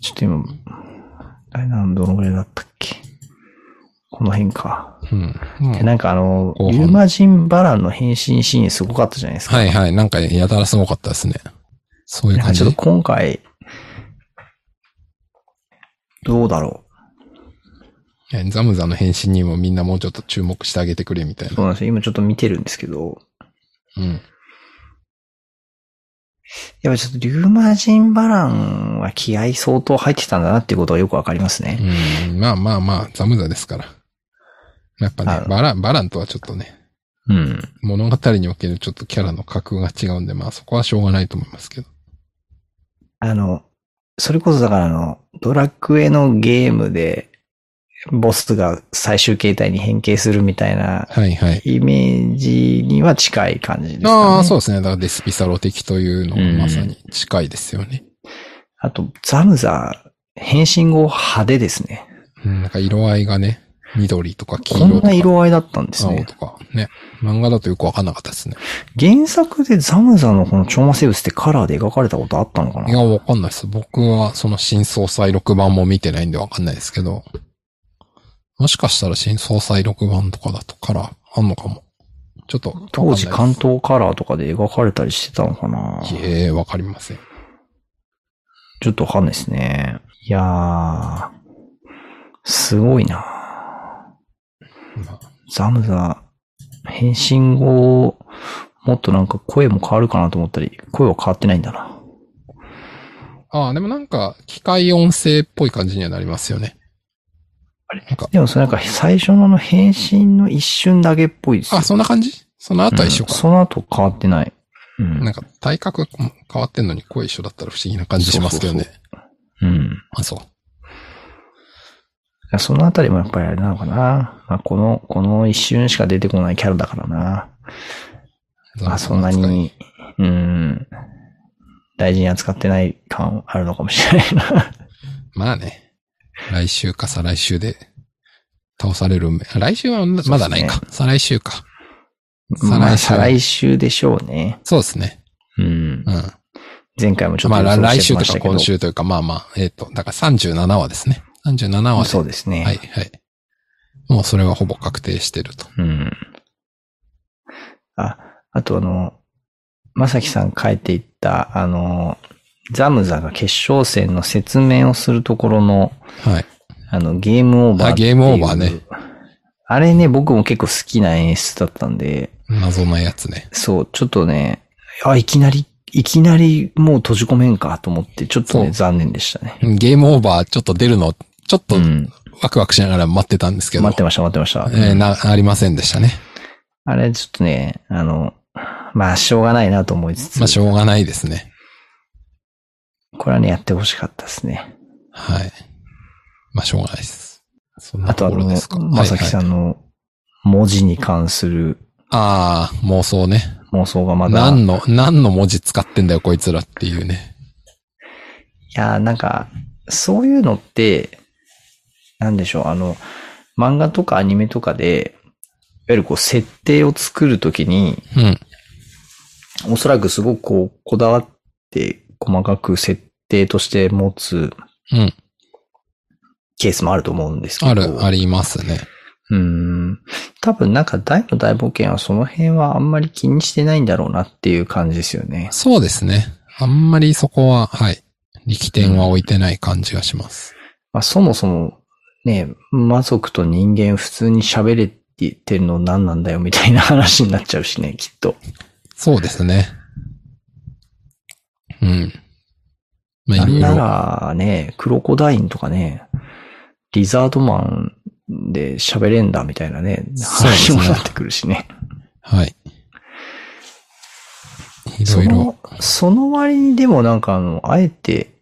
ちょっと今、あれなん、どのぐらいだったっけこの辺か。
うん。うん
なんかあの、
後半
ユーマジン・バランの変身シーンすごかったじゃないですか。
はいはい、なんかやたらすごかったですね。そういう
なんか
感
ち
じ
ょっと。今回、どうだろ。
いやザムザの変身にもみんなもうちょっと注目してあげてくれみたいう
そ
な。
うなんですよ。今ちょっと見てるんですけど、
うん。
やっぱちょっとリューマジン・バランは気合相当入ってたんだなっていうことがよくわかりますね。
うん、まあまあまあ、ザムザですから。やっぱ
あ
ね、
の
バラン、バランとはちょっとね、
うん。
物語におけるちょっとキャラの格が違うんで、まあそこはしょうがないと思いますけど。
あの、それこそだからあの、ドラクエのゲームで、ボスが最終形態に変形するみたいな
はいはい。
イメージには近い感じですかね。
ああ、そうで
う。
すね。だからデスピサロ的というのがまさに近いですよね。
あと、ザムザ、変身後派手ですね。
うん、なんか色合いがね、緑とか黄
こ
色
ん
とか
な色合いだったんです
青
ね
と。かね。漫画だとよくわかんなかったですね。
原作でザムザのこの超魔生物ってカラーで描かれたことあったのかない
や、わかんないです。僕はその新総裁6番も見てないんでわかんないですけど。もしかしたら新総裁6番とかだとからあんのかも。ちょっとわかんないです。
当時関東カラーとかで描かれたりしてたのかない
え、わかりません。
ちょっとわかんないですね。いやー、すごいな
まあ
ザムザ、変身後、もっとなんか声も変わるかなと思ったり、声は変わってないんだな。
ああ、でもなんか、機械音声っぽい感じにはなりますよね。
あれ
なんか、
でもそれなんか最初のあの変身の一瞬だけっぽいですよ。
あ、そんな感じその後は一緒
うん
か。
その後変わってない。うん。
なんか、体格変わってんのに声一緒だったら不思議な感じしますけどね。
うん。
あ、そう。
そのあたりもやっぱりあれなのかな。まあ、この、この一瞬しか出てこないキャラだからな。まあそんなに、うん。大事に扱ってない感あるのかもしれないな。
まあね。来週か再来週で倒される運命。来週はまだないか。再来週か。再来週
まあ、再来週でしょうね。
そうですね。
うん
う。ん。
前回もちょっ
ま
と
あ
予
ら
想
来
して
週
ま
と
し
か
たけど。
今週というか、まあまあ、えっ、と、だから37話ですね。37話で。
そうですね。
はい、はい。もうそれはほぼ確定してると。
うん。あ、あとあの、まさきさん書いていった、あの、ザムザが決勝戦の説明をするところの、
はい。
あの、ゲームオーバー
あ
ってい
ゲ
う。
ームオーバーね。
あれね、僕も結構好きな演出だったんで、
謎なやつね。
そう、ちょっとね、あ、いきなり、いきなりもう閉じ込めんかと思って、ちょっと
そ
ね、
う
残念でしたね。
うんゲームオーバーちょっと出るの、ちょっと
うん。
ワクワクしながら待ってたんですけど。
待ってました、待ってました。
えーな、ありませんでしたね。
あれ、ちょっとね、あの、まあ、しょうがないなと思いつつ、
まあ、しょうがないですね。
これはね、やってほしかったですね。
はい。まあ、しょうがないです。そんな
あと
と
あ
ころですか。
の、まさきさ
はいはい
んの文字に関する
ああ、妄想ね。
妄想がまだ、い
何の、何の文字使ってんだよ、こいつらっていうね。
やー、なんか、そういうのって、なんでしょう、あの、漫画とかアニメとかで、いわゆるこう、設定を作るときに、
うん。
おそらくすごくこう、こだわって、細かく設定として持つ
うん。
ケースもあると思うんですけど。
ある、ありますね。
うーん。多分なんか大の大冒険はその辺はあんまり気にしてないんだろうなっていう感じですよね。
そうですね。あんまりそこは、はい。力点は置いてない感じがします。
まあそもそもね、魔族と人間普通に喋れって言ってるの何なんだよみたいな話になっちゃうしね、きっと。
そうですね。うん。まあ、
ない
ろ
ん
い
な
ろ。
らね、クロコダインとかね、リザードマンで喋れんだみたいなね、
そうです
話
ね
もなってくるしね。
はい。い
そ
ろいろ。
の、その割にでもなんかあの、あえて、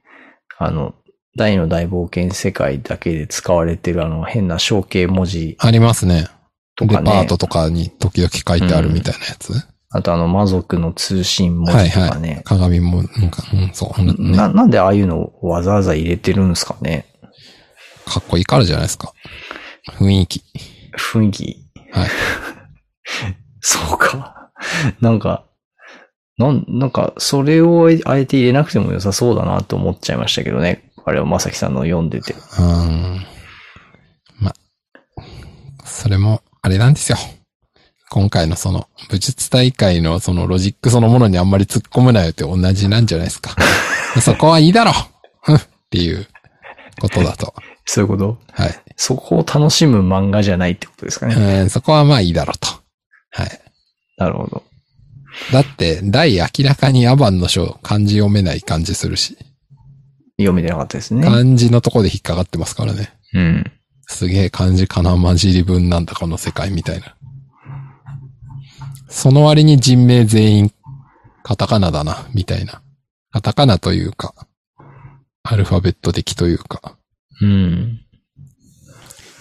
あの、大の大冒険世界だけで使われてるあの変な象形文字
ありますね。
とか
デパ
ね
ー、トとかに時々書いてあるみたいなやつ。
あとあの魔族の通信文
はい
字とか
は
ね
い。、鏡も、なんか、うん、そう、ね、
な、なんでああいうのをわざわざ入れてるんですかね
かっこいいからじゃないですか。雰囲気。
雰囲気。
はい。
そうか。なんか、なん、なんか、それをあえて入れなくても良さそうだなと思っちゃいましたけどね。あれをまさきさんの読んでて。
うーん。ま、それも、あれなんですよ。今回のその、武術大会のそのロジックそのものにあんまり突っ込むなよって同じなんじゃないですか。そこはいいだろうんっていうことだと。
そういうこと
はい。
そこを楽しむ漫画じゃないってことですかね。
うん、そこはまあいいだろうと。はい。
なるほど。
だって、大明らかにアバンの書、漢字読めない感じするし、
読めてなかったですね。
漢字のとこで引っかかってますからね。
うん。
すげえ漢字かな混じり文なんだこの世界みたいな。その割に人名全員カタカナだな、みたいな。カタカナというか、アルファベット的というか。
うん。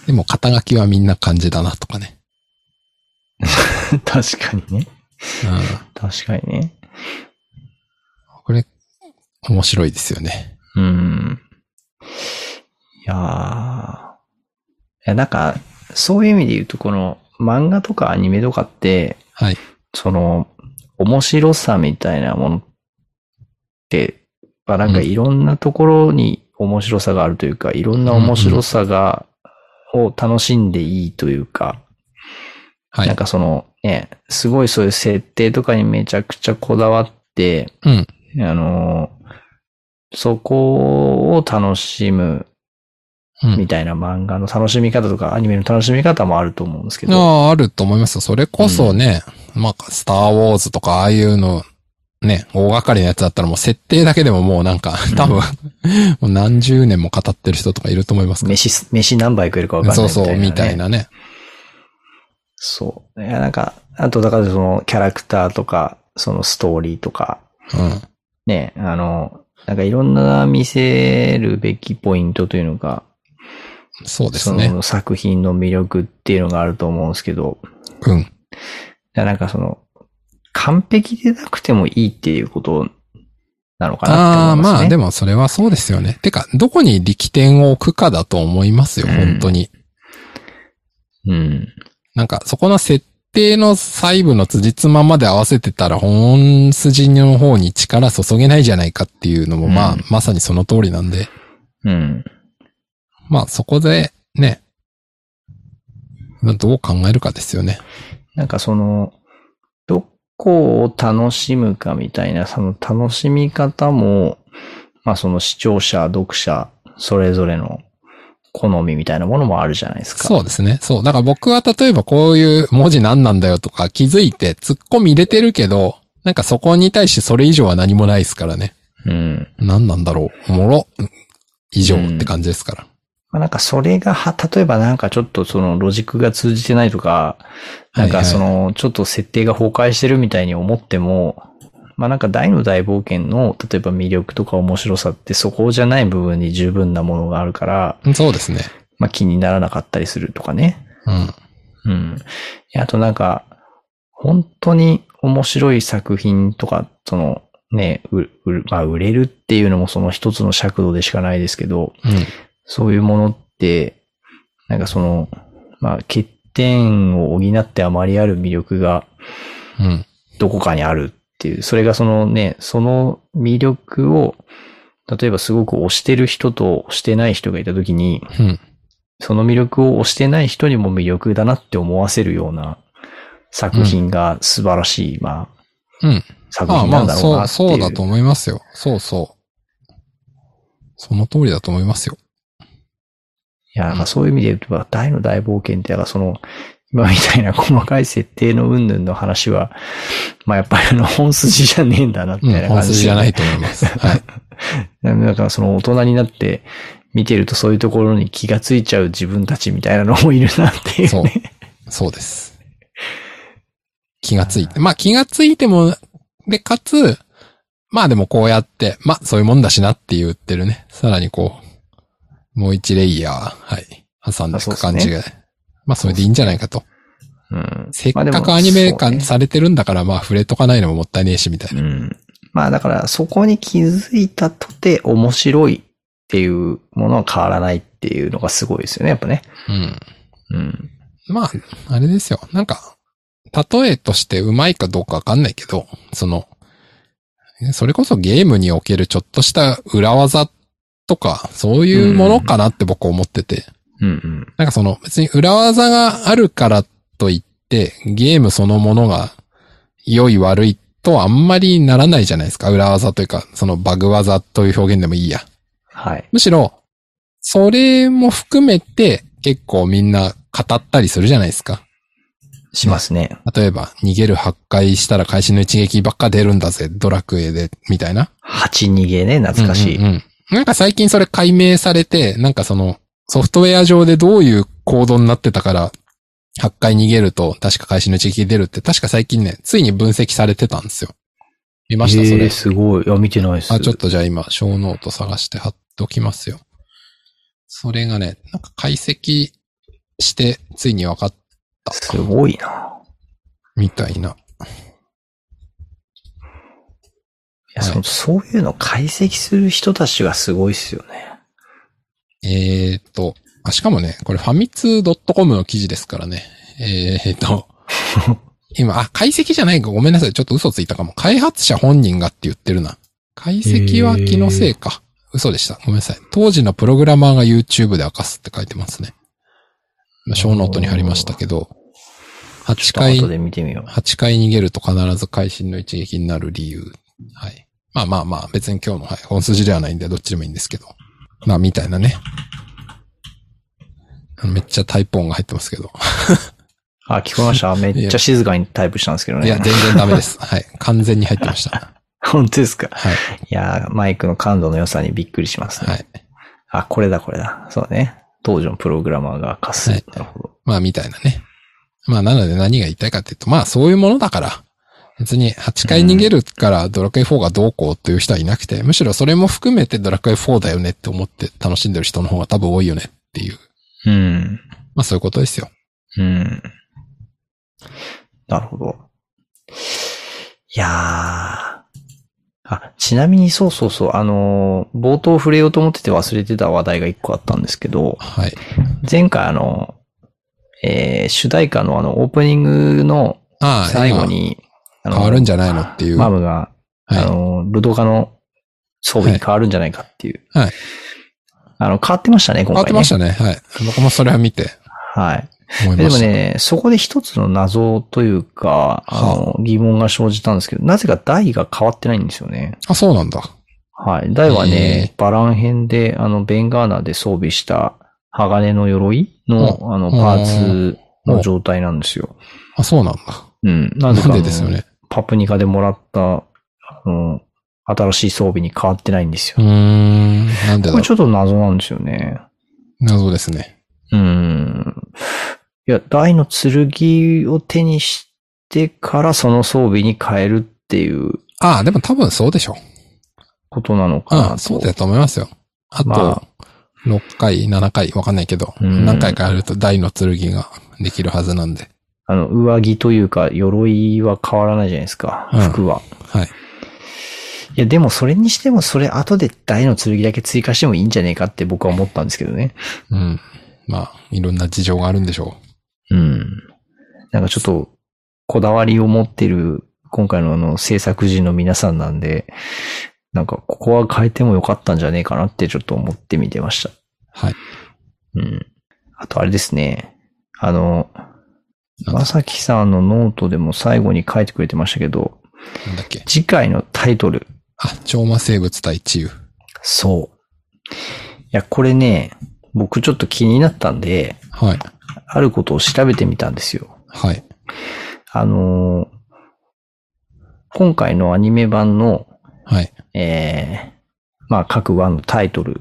でも肩書きはみんな漢字だなとかね。
確かにね。
うん。
確かにね。
これ、面白いですよね。
うん。いやー。いや、なんか、そういう意味で言うと、この漫画とかアニメとかって、
はい。
その、面白さみたいなものって、まあなんか
うん
いろんなところに面白さがあるというか、いろんな面白さが、を楽しんでいいというか、
は
なん
い。
かその、ね、すごいそういう設定とかにめちゃくちゃこだわって、
うん。
あの、そこを楽しむ
う
み
ん。
たいな漫画の楽しみ方とかアニメの楽しみ方もあると思うんですけ
あ
ど、
あ、あると思いますよ。それこそね、まあ、スターウォーズとかああいうの、ね、大掛かりなやつだったらもう設定だけでももうなんか、多分、もう何十年も語ってる人とかいると思いますから
飯す、飯何杯食えるかわかんない
そうそ
みたいな、
う、
ね。
みたい。なね。
そう。いや、なんか、あとだからそのキャラクターとか、そのストーリーとか、
うん。
ね、あの、なんかいろんな見せるべきポイントというのが、
そうです
そ
ね。
の作品の魅力っていうのがあると思うんですけど、
うん。
だからなんかその、完璧でなくてもいいっていうことなのか
あ
な
あ
って思い
ー、
ますね。
まあでもそれはそうですよね。てか、どこに力点を置くかだと思いますよ、
うん
本当に。
うん。
なんか、そこの設定の細部の辻褄まで合わせてたら、本筋の方に力注げないじゃないかっていうのも、まあ、
うん
まさにその通りなんで、
うん。
まあそこで、ね、どう考えるかですよね。
なんかその、どこを楽しむかみたいな、その楽しみ方も、まあその視聴者、読者、それぞれの好みみたいなものもあるじゃないですか。
そうですね。そう。だから僕は例えばこういう文字何なんだよとか気づいて突っ込み入れてるけど、なんかそこに対してそれ以上は何もないですからね。
うん。
何なんだろう。おもろ。以上って感じですから。
まあ、なんかそれがは、例えばなんかちょっとそのロジックが通じてないとか、なん
は
か
いはい
そのちょっと設定が崩壊してるみたいに思っても、まあなんか大の大冒険の例えば魅力とか面白さってそこじゃない部分に十分なものがあるから、
そうですね。
まあ気にならなかったりするとかね。
うん。
うん。いやあとなんか、本当に面白い作品とか、そのね、ううまあ、売れるっていうのもその一つの尺度でしかないですけど、
うん。
そういうものって、なんかその、まあ、欠点を補ってあまりある魅力が
うん。
どこかにあるっていう、それがそのね、その魅力を、例えばすごく推してる人と推してない人がいたときに、
うん。
その魅力を推してない人にも魅力だなって思わせるような作品が素晴らしい、まあ、
うん。
作
まあ
品なん
まあ、
だろう
そ
な
う、
って
そ
いう
だと
う。
思いますよ。そうそう。その通りだと思いますよ。
いや、なんかそういう意味で言うと、大の大冒険って、だからその、今みたいな細かい設定の云々の話は、まあやっぱりあの、本筋じゃねえんだな、
う
みたい
ん。
な
本
感
筋
じ
じ
で
ゃないと思い ます。はい。
なんかその大人になって見てるとそういうところに気がついちゃう自分たちみたいなのもいるなっていう、ね。
そう。そうです。気がついて。まあ気がついても、で、かつ、まあでもこうやって、まあそういうもんだしなって言ってるね。さらにこう、もう一レイヤー、はい。挟んでいく感じが。まあそれでいいんじゃないかと。
うん。
せっ
まあで
か
も
くアニメ
そう
化
ね
されてるんだから、まあ触れとかないのももったいねえし、みたいな。
うん。まあだからそこに気づいたとて面白いっていうものは変わらないっていうのがすごいですよね、やっぱね。
うん。
うん。
まあ、あれですよ。なんか、例えとしてうまいかどうかわかんないけど、その、それこそゲームにおけるちょっとした裏技とか、そういうものかなって僕思ってて。
うんうん。
なんかその、別に裏技があるからといって、ゲームそのものが良い悪いとはあんまりならないじゃないですか。裏技というか、そのバグ技という表現でもいいや。
はい。
むしろ、それも含めて結構みんな語ったりするじゃないですか。
しますね。
例えば、逃げる破壊したら会心の一撃ばっか出るんだぜ、ドラクエで、みたいな。
八逃げね、懐かしい。
うんうんうんなんか最近それ解明されて、なんかその、ソフトウェア上でどういう行動になってたから、8回逃げると、確か会心の一撃出るって、確か最近ね、ついに分析されてたんですよ。見ました、そ
え
れ
ー、。すごい。いや、見てないです。
あ、ちょっとじゃあ今、小ノート探して貼っときますよ。それがね、なんか解析して、ついに分かっ
すごいな。
みたいな。
いや、そのそういうの解析する人たちがすごいっすよね。
えーっと、あ、しかもね、これファミツー .com の記事ですからね。えーっと、今、あ、解析じゃないか。ごめんなさい。ちょっと嘘ついたかも。開発者本人がって言ってるな。解析は気のせいか。嘘でした。ごめんなさい。当時のプログラマーが YouTube で明かすって書いてますね。今小ノートに貼りましたけど、8回
ちょっと後で見てみよう。
8回逃げると必ず会心の一撃になる理由。はい。まあまあまあ、別に今日の、はい、本筋ではないんで、どっちでもいいんですけど。まあ、みたいなね。あのめっちゃタイプ音が入ってますけど。
あ、聞こえま しためっちゃ静かにタイプしたんですけど
いや、
ね。
全然ダメです。はい。完全に入ってました。
本当ですか
はい。
いやー、マイクの感度の良さにびっくりしますね。
はい。
あ、これだこれだ。そうね。当時のプログラマーが貸す。
はい
なるほど。
まあ、みたいなね。まあ、なので何が言いたいかっていうと、まあ、そういうものだから、別に8回逃げるからドラクエ4がどうこうという人はいなくて、むしろそれも含めてドラクエ4だよねって思って楽しんでる人の方が多分多いよねっていう、
うん。
まあそういうことですよ。
うん。なるほど。いやー。あ、ちなみにそうそうそう、あのー、冒頭触れようと思ってて忘れてた話題が一個あったんですけど、
はい。
前回あの、えー、主題歌のあの、オープニングの
ああ、
最後に、あ
今
の
変わるんじゃないのっていう。
マムが、あ
は
の、ルドカの装備に変わるんじゃないかっていう。
はいはい
あの、変わってましたね、
い。
今
変わ
回、ね。
ってましたね。はい。僕もそれは見て
はい。
思い
で
ま
も
した。
ね、そこで一つの謎というか、あの、疑問が生じたんですけど、なぜか台が変わってないんですよね。
あ、そうなんだ。
はい。台は
へ
ね、バラン編で、あの、ベンガーナで装備した鋼の鎧の、あの、パーツの状態なんですよ。
あ、そうなんだ。
うん。なぜ
な
か
ん
あ
で
の
ですよね。
パプニカでもらった、あの、新しい装備に変わってないんですよ
うー。ん。なんでだ
こ
ろ
れ
う
ち。ょっと謎なんですよね。
謎ですね。
うん。いや、大の剣を手にしてからその装備に変えるっていう
ああ、でも多分そうでしょ。
ことなのかなと。
うん、そうだと思いますよ。あと、
ま
6回、7回、わかんないけど、
うん
何回かやると大の剣ができるはずなんで。
あの、上着というか、鎧は変わらないじゃないですか。
うん
服は。
はい。
いや、でもそれにしても、それ後で大の剣だけ追加してもいいんじゃねえかって僕は思ったんですけどね。
うん。まあ、いろんな事情があるんでしょ
うん。なんかちょっと、こだわりを持ってる、今回のあの、制作人の皆さんなんで、なんか、ここは変えてもよかったんじゃねえかなってちょっと思ってみてました。
はい。
うん。あとあれですね。あの、
なんだ
まさきさんのノートでも最後に書いてくれてましたけど、
う。なんだっけ。
次回のタイトル。
あ、超魔生物対治癒。
そう。いや、これね、僕ちょっと気になったんで、
はい。
あることを調べてみたんですよ。
はい。
あのー今回のアニメ版の、
はい。
えーまあ各話のタイトル。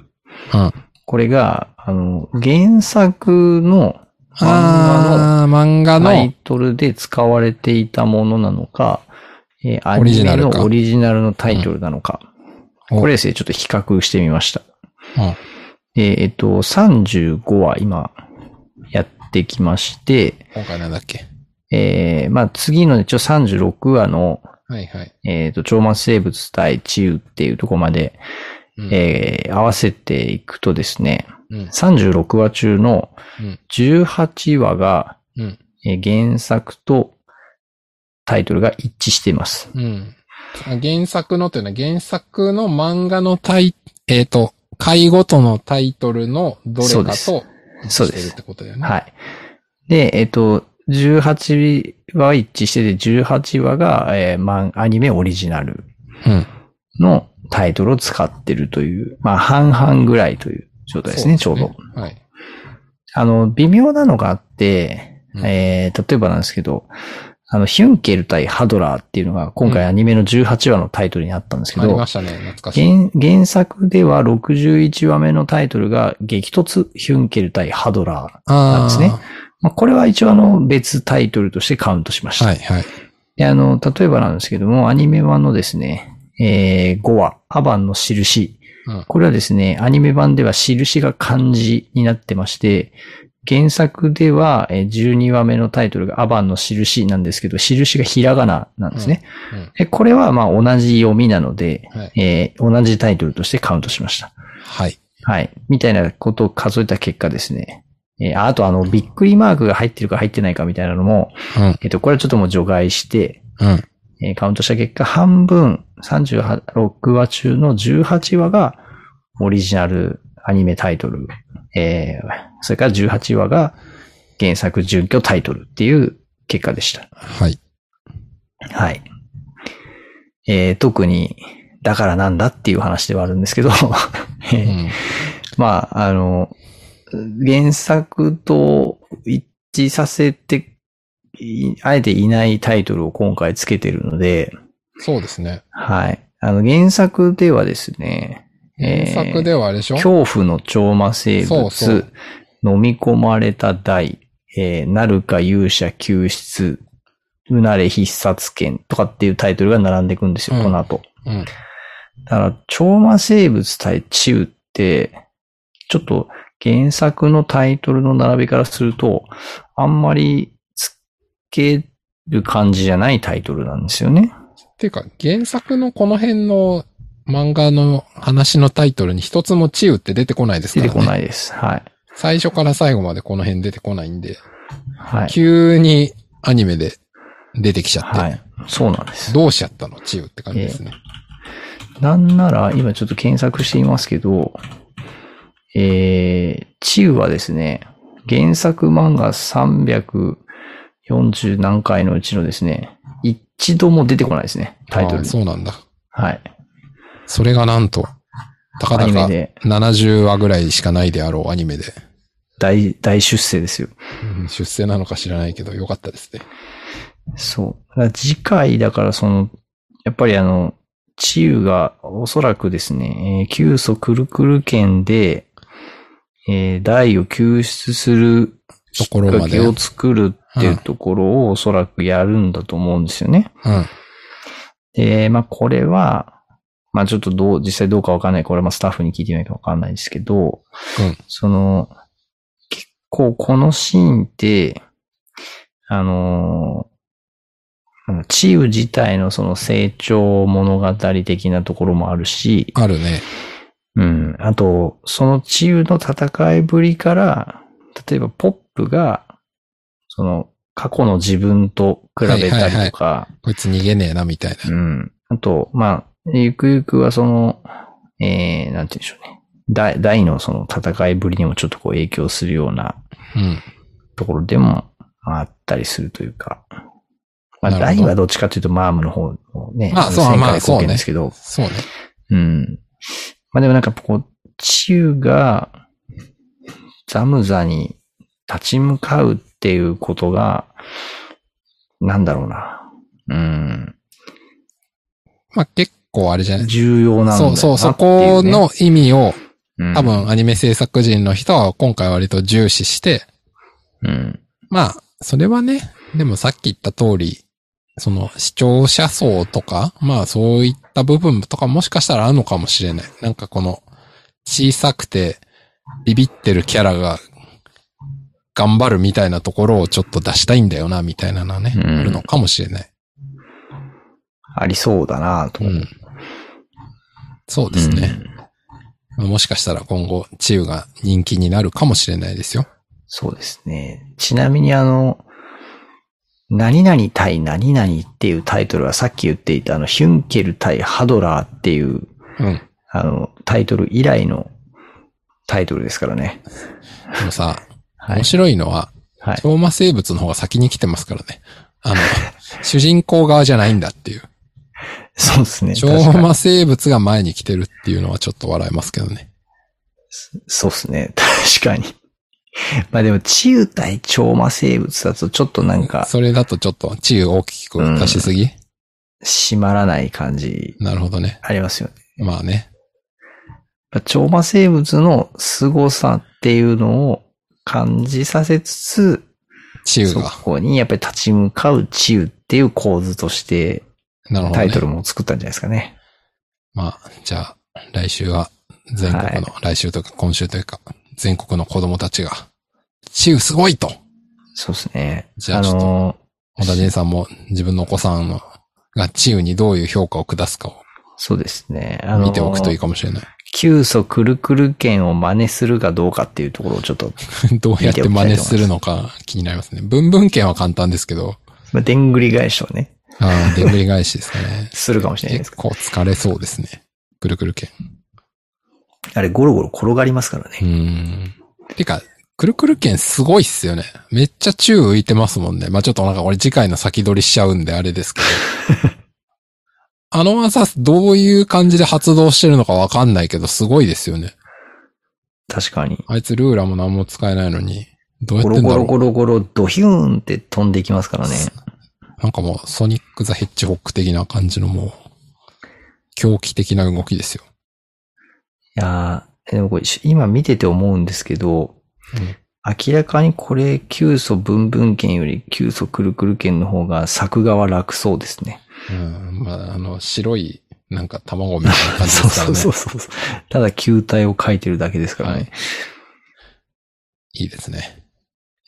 うん。
これが、あの、原作の漫画
あー、漫画
のタ
の
イ、トルで使われていたものなのか、えーア
オリ
ニ
ジナ
メ
ル
の
か
オリジナルのタイトルなのか。
うんお
これですね、ちょっと比較してみました。
うん
でえっと、35話今やってきまして、
今回なんだっけ。
えーまあ次のね、ちょ36話の、
はいはい。
えっ、と、超末生物対治癒っていうところまで、
うん
えー合わせていくとですね、
うん。
36話中の
うん
18話が、
うん。
えー原作とタイトルが一致しています。
うん。原作のというのは原作の漫画のタイ、えっ、と、回ごとのタイトルのどれ
そう
か
で
と
す
一致
そう
し
で
て
す
るってことだよね。
はい。で、えっ、と、18話一致してて、18話が、えー漫アニメオリジナル
うん。
のタイトルを使ってるという、まあ、半々ぐらいという状態ですね、ちょうど。。
はい。
あの、微妙なのがあって、
うん
えー、例えばなんですけど、あの、ヒュンケル対ハドラーっていうのが今回アニメの18話のタイトルにあったんですけ
あり
ど、
ましたね。懐かしい。
原原作では61話目のタイトルが激突ヒュンケル対ハドラー。
あ
なんですねまあ、これは一応あの別タイトルとしてカウントしました。
はいはい。
であの、例えばなんですけども、アニメ版のですね、えー、5話、アバンの印。
うん
これはですね、アニメ版では印が漢字になってまして、原作ではえー12話目のタイトルがアバンの印なんですけど、印がひらがななんですね。
うんうん
でこれはまあ同じ読みなので、
はい。
えー同じタイトルとしてカウントしました。
はい。
はい。みたいなことを数えた結果ですね。えーあとあの、びっくりマークが入ってるか入ってないかみたいなのも、
うん。
えっと、これはちょっともう除外して、
うん。
えーカウントした結果、半分、36話中の18話が、オリジナルアニメタイトル、えーそれから18話が、原作準拠タイトルっていう結果でした。
はい。
はい。えー特に、だからなんだっていう話ではあるんですけど、 え
う
ー
ん。
まあ、あの、原作と一致させてい、あえていないタイトルを今回つけてるので、
そうですね。
はい。あの、原作ではですね、
原作ではあれでしょ、
恐怖の超魔生物、
そうそう
飲み込まれた大、えーなるか勇者救出、うなれ必殺剣とかっていうタイトルが並んでいくんですよ、
うん
この後。
うん。
だから、超魔生物対治癒って、ちょっと原作のタイトルの並びからすると、あんまりつける感じじゃないタイトルなんですよね。
ていうか、原作のこの辺の漫画の話のタイトルに一つも治癒って出てこないです
出
から
て
ね。
こないです。はい。
最初から最後までこの辺出てこないんで、
はい。
急にアニメで出てきちゃって、
はい。そうなんです。
どうしちゃったの治癒って感じですね。
なんなら、今ちょっと検索していますけど、えー、チウはですね、原作漫画340何回のうちのですね、一度も出てこないですね、タイト
あ
ル
あ
に。
そうなんだ。
はい。
それがなんと、たか
ア
だ
ニメ
か
で
70話ぐらいしかないであろうアニメで。
大、大出世ですよ。
うん出世なのか知らないけど、よかったですね。
そう。だから次回、だからその、やっぱりあの、チウがおそらくですね、えー急速くるくる圏で、えー、大を救出する
ところまで
きっかけを作るっていうところをおそらくやるんだと思うんですよね。
うん。
で、まあこれは、まあちょっとどう、実際どうかわかんない。これもスタッフに聞いてみないかわかんないですけど、
うん
その、結構このシーンって、あのー、うんチーウ自体のその成長物語的なところもあるし、
あるね。
うん。あと、そのチーウの戦いぶりから、例えばポップが、その過去の自分と比べたりとか、
こいつ逃げねえな、みたいな。
うん。あと、まあ、ゆくゆくはその、えー、なんて言うんでしょうね。大、大のその戦いぶりにもちょっとこう影響するような
うん。
ところでもあったりするというか。まあ、
なるほ
大
ど
はどっちかというとマームの方のね、
まあそう
の
まあそうね
貢献ですけど、
そうね。
うん。まあでもなんかこう、チューがザムザに立ち向かうっていうことが、なんだろうな。うん。
まあ結構あれじゃない
重要なんだよ
そ
な
うそう、そ
ってい
こ
うね
の意味を
うん
多、分アニメ制作人の人は今回割と重視して、
うん。
まあ、それはね、でもさっき言った通り、その視聴者層とか、まあそういった部分とかもしかしたらあるのかもしれない。なんかこの小さくてビビってるキャラが頑張るみたいなところをちょっと出したいんだよな、みたいなのはね、
うん
あるのかもしれない。
ありそうだなと
う
思
ん。そうですね。。まあもしかしたら今後、チウが人気になるかもしれないですよ。
そうですね。ちなみにあの、何々対何々っていうタイトルはさっき言っていたあの、ヒュンケル対ハドラーっていう、
うん。
あの、タイトル以来のタイトルですからね。
でもさ、
はい
面。白いのは、
はい。
超魔生物の方が先に来てますからね。あの、主人公側じゃないんだっていう。
そうですね。
超
確かに
魔生物が前に来てるっていうのはちょっと笑えますけどね。
そうですね。確かに。まあでも、地球対超魔生物だとちょっとなんか、
それだとちょっと治癒大きく出しすぎ、
締まらない感じ
なるほどね。
ありますよね
まあね。
やっぱ超魔生物の凄さっていうのを感じさせつ
治
つ、
癒
そ
が。
こにやっぱり立ち向かう治癒っていう構図として
なるほど、ね。
タイトルも作ったんじゃないですかね。
まあ、じゃあ、来週は、全国の、来週というか今週というか、全国の子供たちが、チウすごいと、
そうですね。
じゃあ
あ
ちょっと
の
小田仁さんも自分のお子さんのがチウにどういう評価を下すかを
ー、そうですね。あのー、
見ておくといいかもしれない。
急速くるくる剣を真似するかどうかっていうところをちょっと、
どうやって真似するのか気になりますね。文文献は簡単ですけど、
まあ、でんぐり返しをね、。
ああ、でんぐり返しですかね
するかもしれないです
結構疲れそうですね。くるくる券。
あれ、ゴロゴロ転がりますから
う
ね。
ん。てか、くるくる券すごいっすよね。めっちゃ宙浮いてますもんね。まあ、ちょっとなんか俺次回の先取りしちゃうんであれですけど。あの技、どういう感じで発動してるのかわかんないけど、すごいですよね。
確かに。
あいつルーラも何も使えないのに、どうや
ゴ
っ
ロ
てんだろ
ゴロ
う。
ゴロゴロドヒューンって飛んでいきますからね。
なんかもう、ソニック・ザ・ヘッジホック的な感じのもう、狂気的な動きですよ。
いやーでもこれ、し今見てて思うんですけど、
うん
明らかにこれ、急素文文圏より急素くるくる圏の方が作画は楽そうですね。
うん。まあ、あの、白い、なんか卵みたいな感じ
そう
ですから
そ
ね。
うそうそう。 ただ球体を描いてるだけですからね。
はい
い、
いいですね。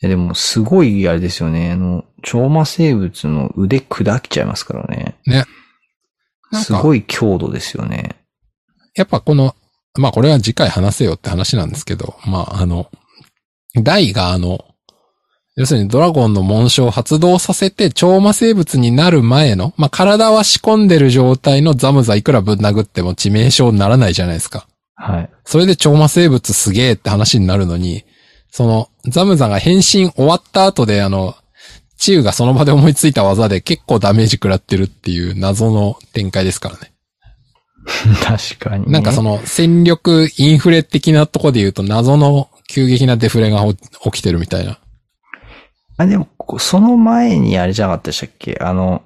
やでも、すごいあれですよね。あの、超魔生物の腕砕きちゃいますからね。
ね。なん
す
か、
ごい強度ですよね。
やっぱこの、まあこれは次回話せよって話なんですけど、まああの、大があの、要するにドラゴンの紋章を発動させて超魔生物になる前の、まあ体は仕込んでる状態のザムザいくらぶん殴っても致命傷にならないじゃないですか。
はい。
それで超魔生物すげえって話になるのに、その、ザムザが変身終わった後であの、チウがその場で思いついた技で結構ダメージ食らってるっていう謎の展開ですからね。
確かに、
なんかその戦力インフレ的なとこで言うと謎の急激なデフレが起きてるみたいな。
あ、でも、こその前にあれじゃなかったでしたっけあの、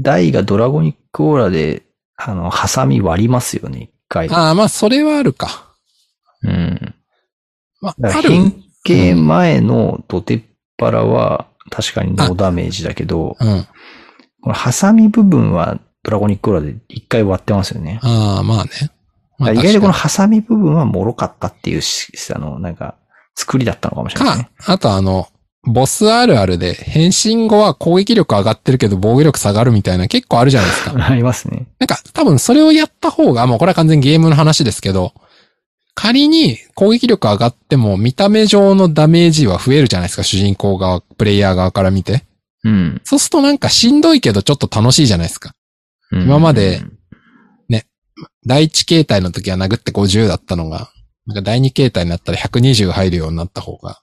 ダイがドラゴニックオーラで、あの、ハサミ割りますよね、一回。
ああ、まあそれはあるか。
うん。
まあ、
だか
あ
ら
る。
変形前のドテッパラは、確かにノーダメージだけど、
うん。あ
このハサミ部分はドラゴニックオーラで一回割ってますよね。
あ、まあね。まあ、
だから意外とこの
確
ハサミ部分は脆かったっていうし、あの、なんか、作りだったのかもしれない
か
です
に
ね。
か、あとあの、ボスあるあるで、変身後は攻撃力上がってるけど防御力下がるみたいな結構あるじゃないですか。
ありますね。
なんか多分それをやった方が、もうこれは完全にゲームの話ですけど、仮に攻撃力上がっても見た目上のダメージは増えるじゃないですか、主人公側、プレイヤー側から見て。
うん。
そうするとなんかしんどいけどちょっと楽しいじゃないですか。
うん
今まで、第一形態の時は殴って50だったのが、なんか第二形態になったら120入るようになった方が、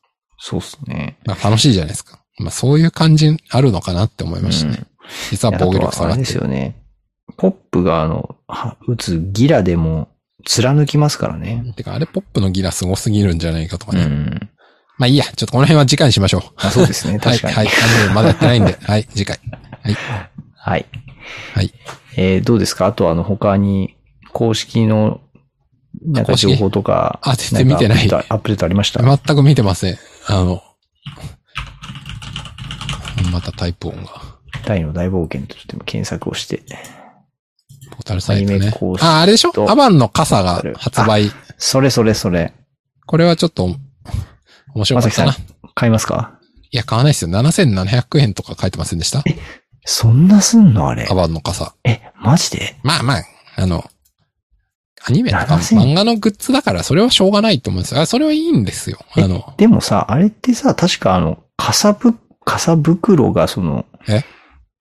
そうっすね。
まあ楽しいじゃないですか。まあそういう感じあるのかなって思いましたね。
うん
実は防御力下
あ
が
れ
っ
で
て
す
る。
よね。ポップがあの、は打つギラでも貫きますからね。
てかあれポップのギラすごすぎるんじゃないかとか
う
ね。
ん。
まあいいや、ちょっとこの辺は次回にしましょう。
あそうで すね。確かに。
はい、はいあの。まだやってないんで。はい、次回。
はい。
はい。
えーどうですかあとあの、他に、公式の、なんか
公式
情報とか。
あ全然見てない
んかアップデートアップデートありました。
全く見てません。あの、またタイプ音が。
大の大冒険とちょっと検索をして。
ポータルサイト
アニメ
ね
公。式と
あ、あれでしょアバンの傘が発売。
それそれそれ。
これはちょっと、面白
ま
か
さ
っ
きさ
た
ん
な。、
買いますか
いや、買わないですよ。7700円とか書いてませんでした
そんなすんのあれ
ア。バンの傘。
え、マジで
まあまあ、あの、アニメとか
7000
漫画のグッズだから、それはしょうがないと思うんですよ。あそれはいいんですよ。あの、
でもさ、あれってさ、確かあの、傘ぶ、傘袋がその、
え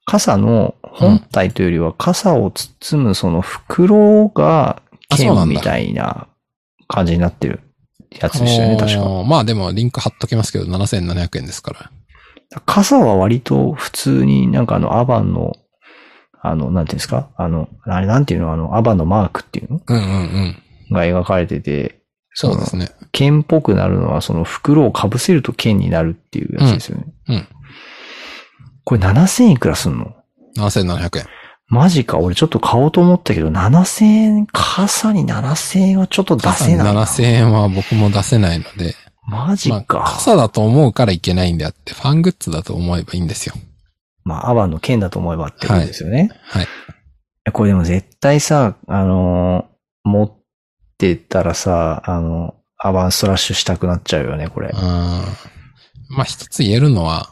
傘の本体というよりは、傘を包むその袋が
あそうな
剣
んだ
みたいな感じになってるやつでしたよね、確
あ
か。
のーまあでも、リンク貼っときますけど、7700円ですから。
傘は割と普通になんかあの、アバンの、あの、なんていうんですかあの、あれなんていうのあの、アバンのマークっていうの
うんうんうん。
が描かれてて、
そうですね。
剣っぽくなるのは、その袋を被せると剣になるっていうやつですよね。
うんうん
これ7000いくらすんの
7700円。
マジか、俺ちょっと買おうと思ったけど、7000円、傘に7000円はちょっと出せないな。
7000円は僕も出せないので。
マジ
まあ、
か。
傘だと思うからいけないんであって、ファングッズだと思えばいいんですよ。
まあ、アバンの剣だと思えばってことですよね。
はい。
これでも絶対さ、あのー持ってたらさ、あの、アバンストラッシュしたくなっちゃうよね、これ。
あーまあ、一つ言えるのは、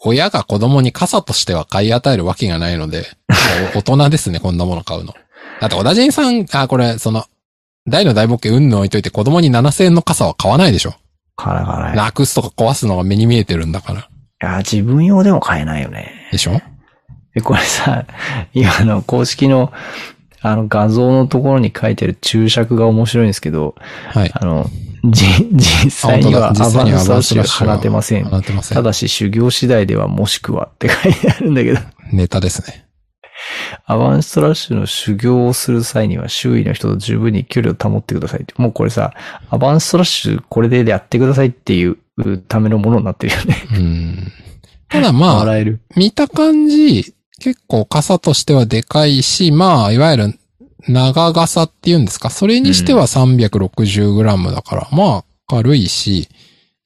親が子供に傘としては買い与えるわけがないので、 もう大人ですね、こんなもの買うの。だって、小田人さん、あ、これ、その、大の大冒険うんの置いといて子供に7000円の傘は買わないでしょ。
からからい。
なくすとか壊すのが目に見えてるんだから。
や、自分用でも買えないよね。
でしょ
で、これさ、 今の公式の、あの画像のところに書いてる注釈が面白いんですけど、
はい。
あの、じ、実際にはア
あ本当だ実
バ
際に
ン
はア
スト
バ
ラッ
ンス
シ
ラ
ュ
ッシュ
が
は
放てません。
払ってませ
た
ん。
だし修行次第ではもしくはって書いてあるんだけど、
ネタですね。
アバンストラッシュの修行をする際には周囲の人と十分に距離を保ってくださいって。もうこれさ、アバンストラッシュこれでやってくださいっていうためのものになってるよね。
うん。ただまあ、
笑える。
見た感じ、結構傘としてはでかいし、まあ、いわゆる長傘っていうんですか、それにしては 360g だから、まあ、軽いし、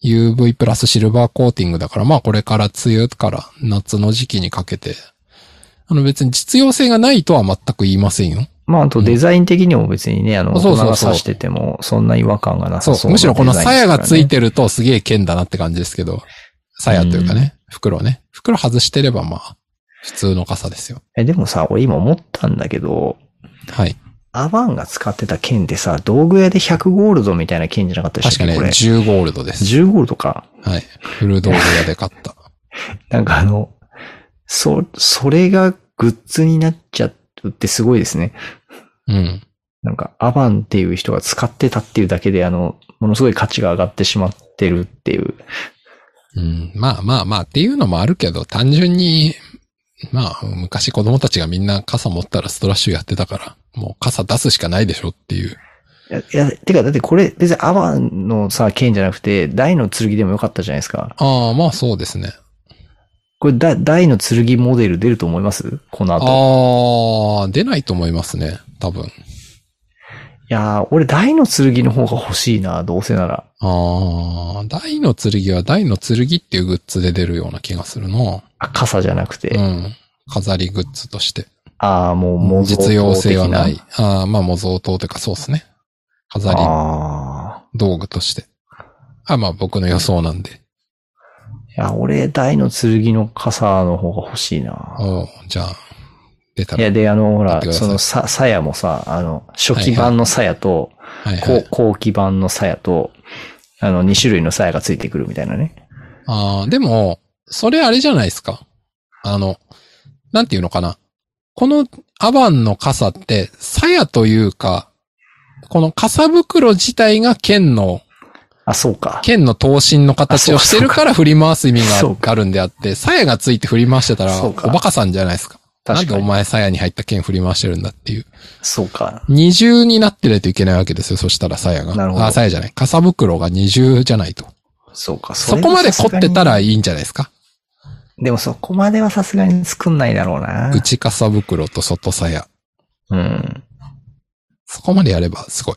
UV プラスシルバーコーティングだから、まあこれから梅雨から夏の時期にかけて、あの別に実用性がないとは全く言いませんよ。
まあ、あとデザイン的にも別にね、あの、大
そう
人
そう
が
そう
刺してても、そんな違和感がな
そ
さ
う
そうな
むしろこの鞘がつい
て
てるとすげえ剣だなって感じですけど、鞘というかね、袋ね。袋外してればまあ、普通の傘ですよ。
え、でもさ、俺今思ったんだけど、
はい。
アバンが使ってた剣でさ、道具屋で100ゴールドみたいな剣じゃなかったで
確
した
か
っけ
ね、
これ。
10ゴールドです。
10ゴールドか。
はい。フルドール屋で買った。
なんかあの、そ、それがグッズになっちゃうってすごいですね。
うん。
なんか、アバンっていう人が使ってたっていうだけで、あの、ものすごい価値が上がってしまってるっていう。
うん、まあまあまあっていうのもあるけど、単純に、まあ、昔子供たちがみんな傘持ったらストラッシュやってたから、もう傘出すしかないでしょっていう。
いや、いやてか、だってこれ、別にアバンのさ、剣じゃなくて、大の剣でもよかったじゃないですか。
ああ、まあそうですね。
これ、だ大の剣モデル出ると思いますこの後。
ああ、出ないと思いますね。多分。
いやー、俺、大の剣の方が欲しいな、どうせなら。
ああ、大の剣は大の剣っていうグッズで出るような気がするな。
あ傘じゃなくて。
うん。飾りグッズとして。
ああ、もう、模造刀
実用性はな
的
い。ああ、まあ模造刀というかそうですね。飾り
ああ。
道具として。あまあ僕の予想なんで。
いや、俺、大の剣の傘の方が欲しいな。
おうじゃあ、出た
い
ら。
や、で、あの、ほ
やっ
ら
てく、ださい
その、さ、鞘もさ、あの、初期
はい
版の鞘と、
はいは
こう
い。
後期版の鞘と、あの、2種類の鞘がついてくるみたいなね。
ああ、でも、それあれじゃないですか。あの、なんていうのかな。このアバンの傘って、鞘というか、この傘袋自体が剣の、
あ、そうか。
剣の刀身の形をしてるから振り回す意味
そう
があるんであって、鞘がついて振り回してたら、
そ
お
うか
バカさんじゃないですか。なん
確
で
か
お
に。
前鞘に入った剣振り回してるんだっていう。
そうか。
二重になってないといけないわけですよ、そしたら鞘が。
なるほど
あ、鞘じゃない。傘袋が二重じゃないと。
そうか。
そ
れ
こまで凝ってたら
さすが
いいんじゃないですか
にでもそこまではさすがに作んないだろうな。
内傘袋と外鞘。
うん。
そこまでやればすごい。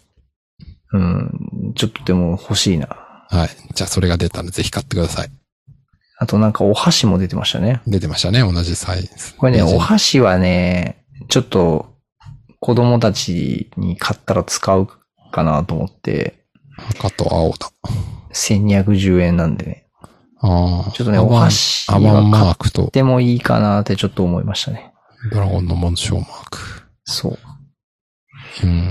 うん。ちょっとでも欲しいな。
はい。じゃあそれが出たんでぜひ買ってください。
あとなんかお箸も出てましたね。
出てましたね、同じサイズ。
これね、
レジ
お箸はね、ちょっと子供たちに買ったら使うかなと思って、
赤と青だ。
1210円なんでね。
ああ。
ちょっとね、
アバン
お箸
アバン
は
マ
買っ
ークと
てもいいかなってちょっと思いましたね。
ドラゴンの紋章マーク。
そう。
うん。い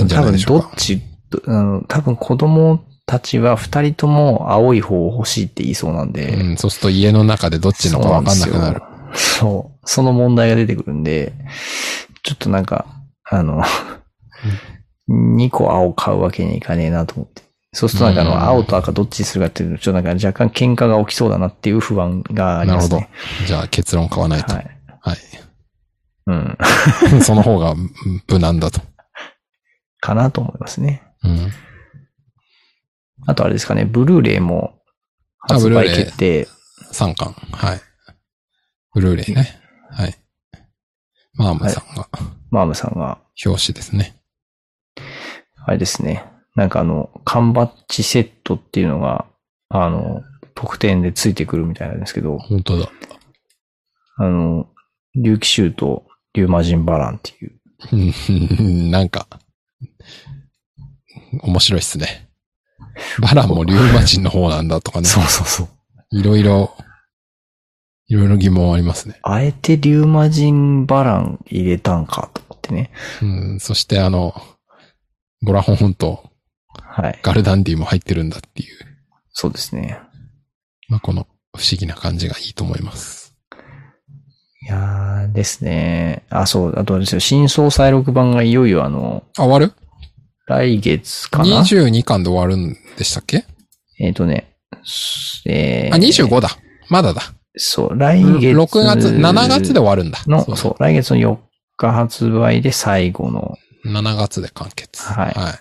いん
も
じゃな
多
い
分
でしょ
ど
う
っ
か。
ち、どあの多分子供たちは二人とも青い方を欲しいって言いそうなんで。
うん、そうすると家の中でどっちのかわかんなくなる。
そう。その問題が出てくるんで、ちょっとなんか、あの、2個青買うわけにいかねえなと思って。そうするとなんかあ
うん
の、青と赤どっちにするかっていうのちょっとなんか若干喧嘩が起きそうだなっていう不安があり
なる
ま
ほ
す
ど
ね。。
じゃあ結論買わないと。
は。
はいい。
う ん。
その方が無難だと。
かなと思いますね。
うん。
あとあれですかね、ブルーレイも
あブ
発
ルーレ
売
イ
決定。
3巻。はい。ブルーレイね。はい。マームさんが
マームさんが、
表紙ですね。
あれですね。なんかあの、缶バッジセットっていうのが、あの、特典でついてくるみたいなんですけど、
本当だ。
あの、竜騎衆と竜魔人バランっていう。
うんなんか、面白いっすね。バランも竜馬人の方なんだとかね。
うそうそう。
いろいろ、いろいろ疑問ありますね。
あえて竜魔人バラン入れたんかと思ってね。
うん。そしてあの、ボラホンと
はい。
ガルダンディも入ってるんだっていう、
そうですね。
まあ、この不思議な感じがいいと思います。
いやーですね。あ、そう、あとあれですよ。新総再録版がいよいよあの、
あ、終わる
来月かな
?22 巻で終わるんでしたっけ
えっ、とね、すえー、
あ、25だ。まだだ。
そう、来
うん
月。
6月、7月で終わるんだ。
の、
そ
そうう来月の4日発売で最後の、
7月で完結。
はい
は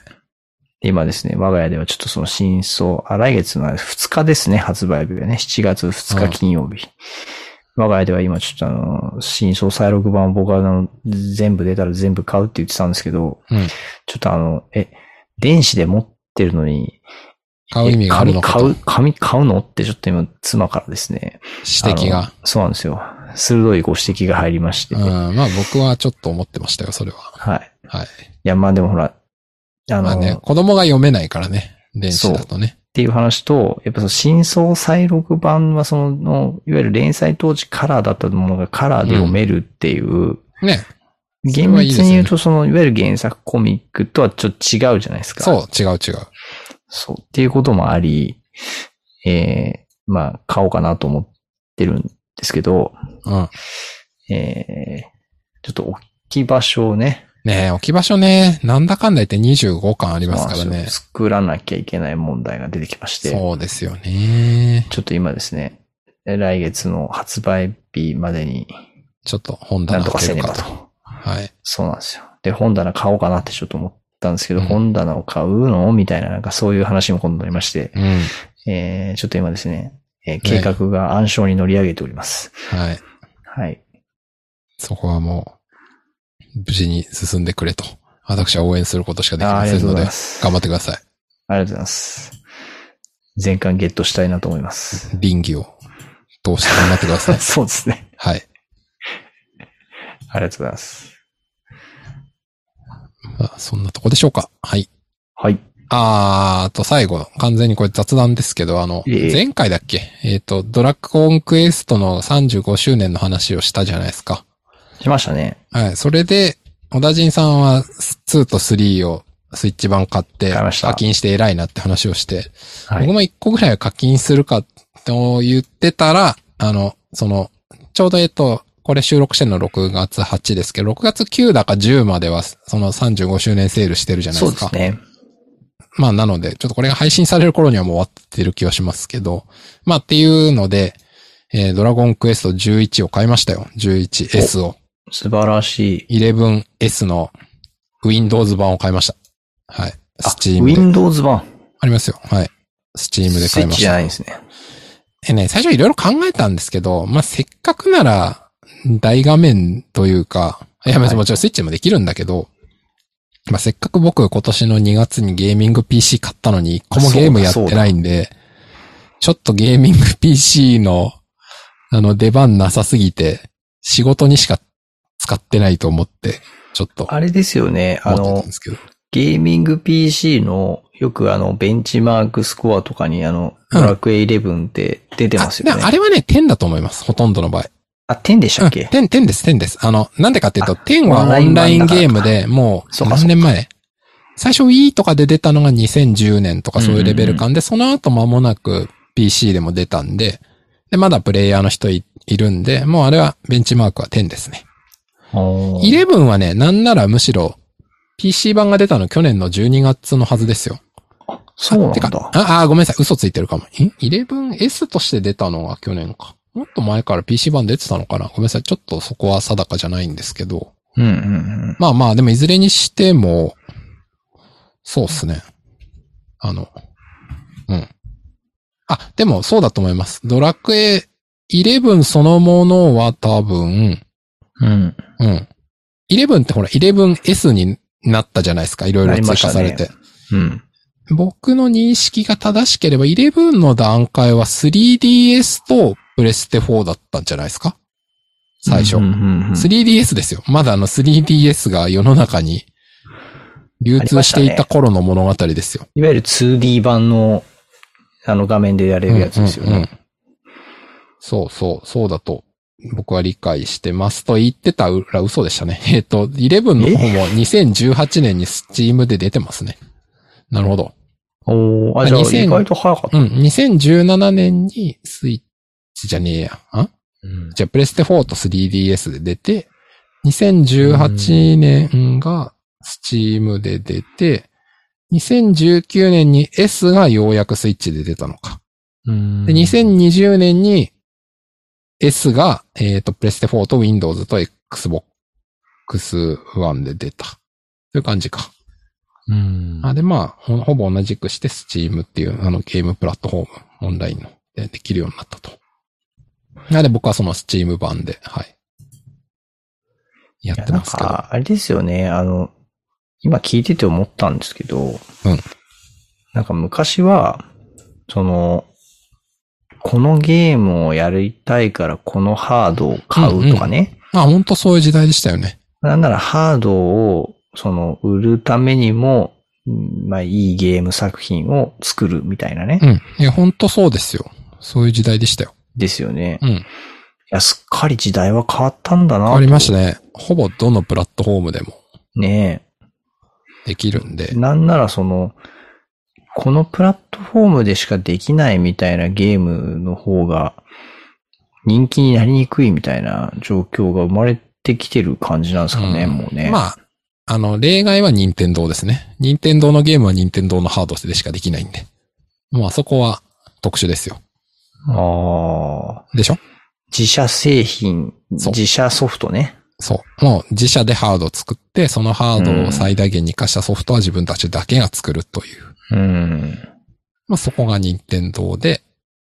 今ですね、我が家ではちょっとその真相、あ、来月の2日ですね、発売日がね、7月2
うん
日金曜日。我が家では今ちょっとあの、真相再録版を僕はあの、全部出たら全部買うって言ってたんですけど、
うん
ちょっとあの、え、電子で持ってるのに、
買う意味があるのかと。
え紙買う、紙買うのってちょっと今妻からですね、
指摘
あ
が
の。。そうなんですよ。鋭いご指摘が入りまして、
うん。まあ僕はちょっと思ってましたよ、それは。
はい。
はい。
いや、まあでもほら、あの、
まあね、子供が読めないからね。電子だとね。
っていう話と、やっぱその真相再録版はその、いわゆる連載当時カラーだったものがカラーで読めるっていう、
ね。
厳
それはいいで
密
すよね
に言うとその、いわゆる原作コミックとはちょっと違うじゃないですか。
そう、違う違う。
そう、っていうこともあり、ええまあ、買おうかなと思ってるんですけど、
うん。
ええちょっと置き場所をね、
ねえ、置き場所ね、なんだかんだ言って25巻ありますから
まあ
ね
そう。作らなきゃいけない問題が出てきまして、
そうですよね。
ちょっと今ですね、来月の発売日までに、
ちょっと本
な
棚
んとか
開け
せ
る
ね
か
ば
と。
と。
はい。
そうなんですよ。で、本棚買おうかなってちょっと思ったんですけど、
うん
本棚を買うのみたいな、なんかそういう話も今度ありまして、
うん。
えー、ちょっと今ですね、えー計画が暗礁に乗り上げております。
はい。
はい。
そこはもう、無事に進んでくれと。私は応援することしかでき
あー
ま
あり
せ
が
ん
とう
の
ござい
で
ま、す。
頑張ってください。
ありがとうございます。全巻ゲットしたいなと思 います。
倫理を通して頑張ってくだ さい。
そうですね。
はい。
ありがとうございます。
まあ、そんなとこでしょうか。はい。
はい。
あーあと最後、完全にこれ雑談ですけど、あの、
ええ
前回だっけえっ、と、ドラゴンクエストの35周年の話をしたじゃないですか。
しましたね。
はい。それで、小田人さんは2と3をスイッチ版買って、
買いました
課金して偉いなって話をして、
はい
僕。も1個ぐらいは課金するかと言ってたら、あの、その、ちょうどえっと、これ収録してるの6月8ですけど、6月9だか10までは、その35周年セールしてるじゃないで
そ
す
うで
か。
すね。
まあなので、ちょっとこれが配信される頃にはもう終わってる気はしますけど、まあっていうので、えードラゴンクエスト11を買いましたよ。11S を。
素晴らしい。
11S の Windows 版を買いました。はい。
あ
Steam で。
Windows 版。
ありますよ。はい。Steam で
ス
買
イ
い
ッ
ま
チ
し
じゃ
た。
ないんですね。
えね、最初いろいろ考えたんですけど、まあ、せっかくなら、大画面というか、いや、ま
は
あ
い
もちろんスイッチでもできるんだけど、まあ、せっかく僕今年の2月にゲーミング PC 買ったのに、一個もゲームやってないんで、ちょっとゲーミング PC の、あの、出番なさすぎて、仕事にしか使ってないと思って、ちょっと、
あれですよね。あ
思ってた
の
んで、すけど。
ゲーミング PC の、よくあの、ベンチマークスコアとかにあの、
うん
ドラクエ11って出てますよ
あ
ね
で。あれはね、10だと思います。ほとんどの場合。
あ、10でしたっけ
うん、10、10です、10です。あの、なんでかっていうと、
あ
10はオ
オ
ン
ン
ラ
ラ
イ
イン
ン
版だから
ゲームで、もう、
そうか
何年前最初 Wii とかで出たのが2010年とかそういうレベル感で、その後間もなく PC でも出たんで、で、まだプレイヤーの人いいるんで、もうあれはベンチマークは10ですね。
おー
11はね、なんならむしろ、PC 版が出たの去年の12月のはずですよ。
そうなん
てか
だ、。
あ、あ、ごめんなさい、嘘ついてるかも。ん ?11S として出たのが去年か。もっと前から PC 版出てたのかなごめんなさい、ちょっとそこは定かじゃないんですけど。
うんうんうん。
まあまあ、でもいずれにしても、そうっすね。あの、うん。あ、でもそうだと思います。ドラクエ11そのものは多分、
うん。
うん。11ってほら、11S になったじゃないですか。いろいろ
なり
追
ま
加
したね
されて。
うん。
僕の認識が正しければ、11の段階は 3DS とプレステ4だったんじゃないですか最初。
うんうんうん
3DS ですよ。まだあの 3DS が世の中に流通していた頃の物語ですよ。
いわゆる 2D 版の、あの画面でやれるやつですよ
うんうんう
ね
ん。そうそう、そうだと僕は理解してますと言ってたら嘘でしたね。 えっ、と、11の方も2018年に Steam で出てますね。なるほど。
おーあ、
あ
じゃあ
2000
意外と早かった。
うん、2017年にスイッチじゃねえや。あ
うん
じゃあ、プレステ4と 3DS で出て、2018年が Steam で出て、2019年に S がようやくスイッチで出たのか。で、2020年に S が、えっ、と、プレステ4と Windows と Xbox One で出た。という感じか。
うん
あ、で、まあ、ほほぼ同じくして、Steam っていう、あの、ゲームプラットフォーム、オンラインの、でできるようになったと。なので、僕はその Steam 版で、はい。やって
なん
ますけど。
か、あれですよね、あの、今聞いてて思ったんですけど、
うん
なんか昔は、その、このゲームをやりたいからこのハードを買うとかね。
あ、本当そういう時代でしたよね。
なんならハードを、その、売るためにも、うんまあ、いいゲーム作品を作るみたいなね。
うん。いや、ほんとそうですよ。そういう時代でしたよ。
ですよね。
う
い
ん。
や、すっかり時代は変わったんだな。
変わりましたね。ほぼどのプラットフォームでも
ね
できるん
え。
で。
なんならその、このプラットフォームでしかできないみたいなゲームの方が人気になりにくいみたいな状況が生まれてきてる感じなんですかね、
ん
もうね。
まあ、あの、例外は任天堂ですね。任天堂のゲームは任天堂のハードでしかできないんで。まあ、そこは特殊ですよ。
ああ。
でしょ
自社製品、
そう
自社ソフトね。
そう。もう自社でハードを作って、そのハードを最大限に活かしたソフトは自分たちだけが作るという。
うん。
まあそこが任天堂で。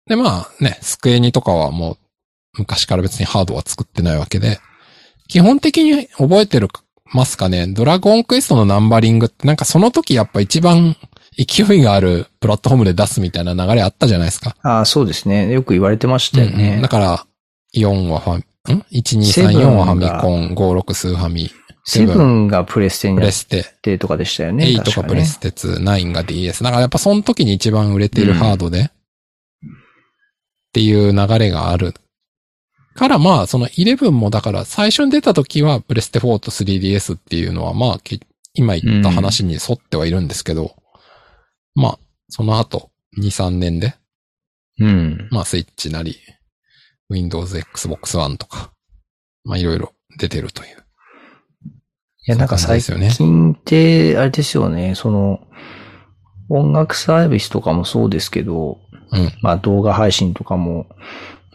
でまあね、スクエニとかはもう昔から別にハードは作ってないわけで。基本的に覚えてるますかね、ドラゴンクエストのナンバリングってなんかその時やっぱ一番勢いがあるプラットフォームで出すみたいな流れあったじゃないですか。
ああ、そうですね。よく言われてましたよ
うん
ね
だ。から、4はファミ、ん ?1、2、3、
セブン
4はファミ
が
コン、5、6、数ファミ、
セブンがプレステに
プ
なっ
レステ、
てとかでしたよね。
8
確
が
か
プ
ね
レステ2、9が DS。だからやっぱその時に一番売れてるハードで、っていう流れがある。からまあ、その11もだから最初に出た時はプレステ4と 3DS っていうのはまあ、け今言った話に沿ってはいるんですけど、まあ、その後2、3年で、
うん。
まあスイッチなり、Windows Xbox One とか、まあいろいろ出てるという。
いや、なんか最
そうです
近って、あれですよね、その、音楽サービスとかもそうですけど、
うん
まあ動画配信とかも、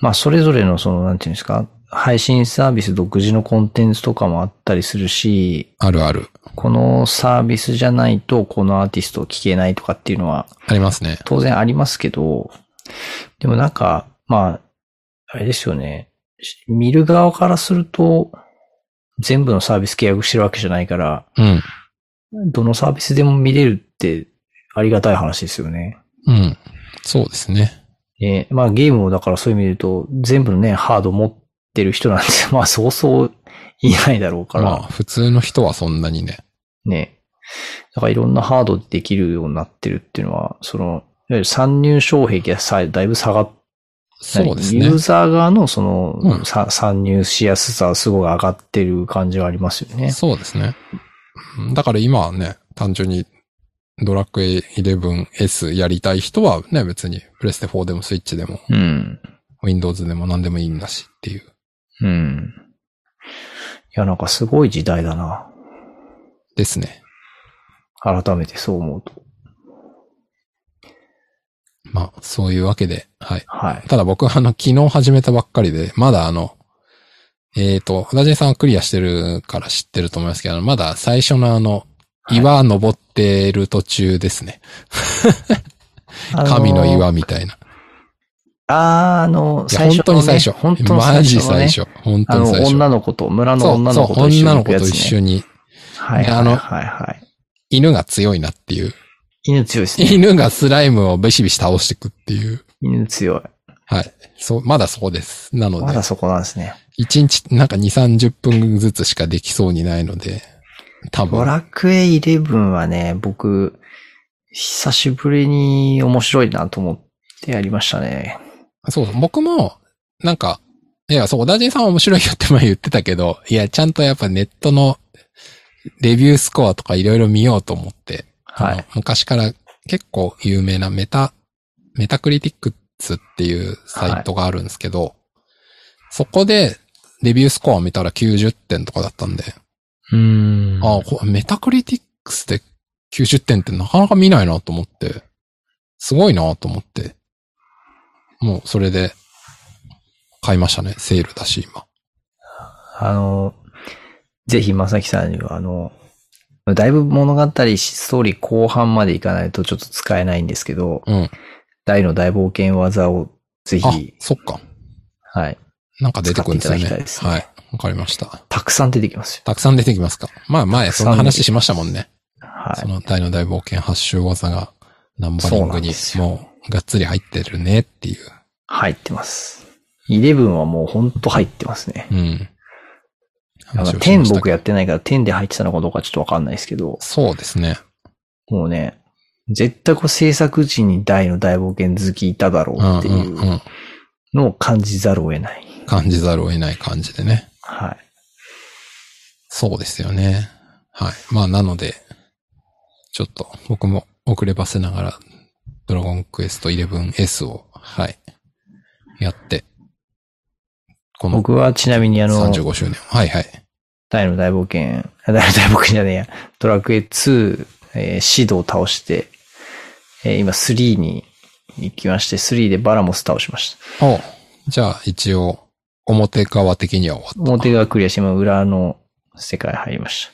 まあそれぞれのその、なんていうんですか、配信サービス独自のコンテンツとかもあったりするし、
あるある。
このサービスじゃないとこのアーティストを聴けないとかっていうのは
ありますね。
当然ありますけど、でもなんか、まあ、あれですよね。し見る側からすると、全部のサービス契約してるわけじゃないから、
うん。
どのサービスでも見れるってありがたい話ですよね。
うん。そうですね。
えまあゲームをだからそういう意味で言うと、全部のね、ハード持ってる人なんて、 まあそうそういないだろうか
ま
ら、
あ、普通の人はそんなにね。
ね。だからいろんなハードでできるようになってるっていうのは、その、いわゆる参入障壁がさだいぶ下がっ
そうですね
ユー。ザー側のその、
うん
さ参入しやすさはすごい上がってる感じはありますよね。
そうですね。だから今はね、単純にドラクエ 11S やりたい人はね、別にプレステ4でもスイッチでも
うん。
Windows でも何でもいいんだしっていう。
うん。いや、なんかすごい時代だな。
ですね。
改めてそう思うと。
まあ、そういうわけで、はい。
はい。
ただ僕はあの、昨日始めたばっかりで、まだあの、えーと、小田人さんはクリアしてるから知ってると思いますけど、まだ最初のあの、
はい
岩登ってる途中ですね。神の岩みたいな。
あー、あの、
いや
最初
本当
の、ね。
に最初。
本当の
マジ
のね
最。初。本
あ
当
の、
に最初。
女の子と、村の女の
そ
子
うそう、
と一緒
女
に行
の
く
子
や
と
つ、ね。
一緒に、
はい
で
は
あ
い
の
はいはい。
犬が強いなっていう。
犬強いですね。
犬がスライムをビシビシ倒していくっていう。
犬強い。
はい。そう、まだそこです。なの
ま
で
だ、そこなんですね。
1日なんか2、30分ずつしかできそうにないので、多
ド
分。
ラクエ11はね、僕、久しぶりに面白いなと思ってやりましたね。
そうそう、僕も、なんか、いや、そう、小田人さんは面白いよって前言ってたけど、いや、ちゃんとやっぱネットのレビュースコアとかいろいろ見ようと思って、
は
あの
い。
昔から結構有名なメタ、メタクリティックスっていうサイトがあるんですけど、そこでレビュースコア見たら90点とかだったんで、
うーん
ああこメタクリティックスで90点ってなかなか見ないなと思って、すごいなと思って、もうそれで買いましたね。セールだし、今。
あの、ぜひ、まさきさんには、あの、だいぶ物語、ストーリー後半までいかないとちょっと使えないんですけど、
うん。
大の大冒険技をぜ
あ
ひ、、
そっか。
はい。
なんか出てくるんですよね。
使っていただきたいですね
はい。わかりました。
たくさん出てきますよ。
たくさん出てきますか。まあ前、
たくさ
そ
ん
んな話しましたもんね。
は
その大の大冒険発祥技がナンバリン
そうな
グ
ん
に
ですよ
もうがっつり入ってるねっていう。
い。入ってます。11はもうほんと入ってますね。
うん。
あの
話をし
10
ました
僕やってないから10で入ってたのかどうかちょっとわかんないですけど、
そうですね。
もうね、絶対こう制作時に大の大冒険好きいただろうってい
うんうんう。
うんのを感じざるを得ない。
感じざるを得ない感じでね。
はい。
そうですよね。はい。まあ、なので、ちょっと僕も遅ればせながら、ドラゴンクエスト 11S を、はい、やって、この
僕はちなみにあの、
35周年。はいはい。
大の大冒険、 あ大の大冒険じゃねえや、ドラクエ2、えーシドを倒して、えー今3に行きまして、3でバラモス倒しました。
おじゃあ、一応、表側的には終わった。
表側クリアして、今裏の世界入りまし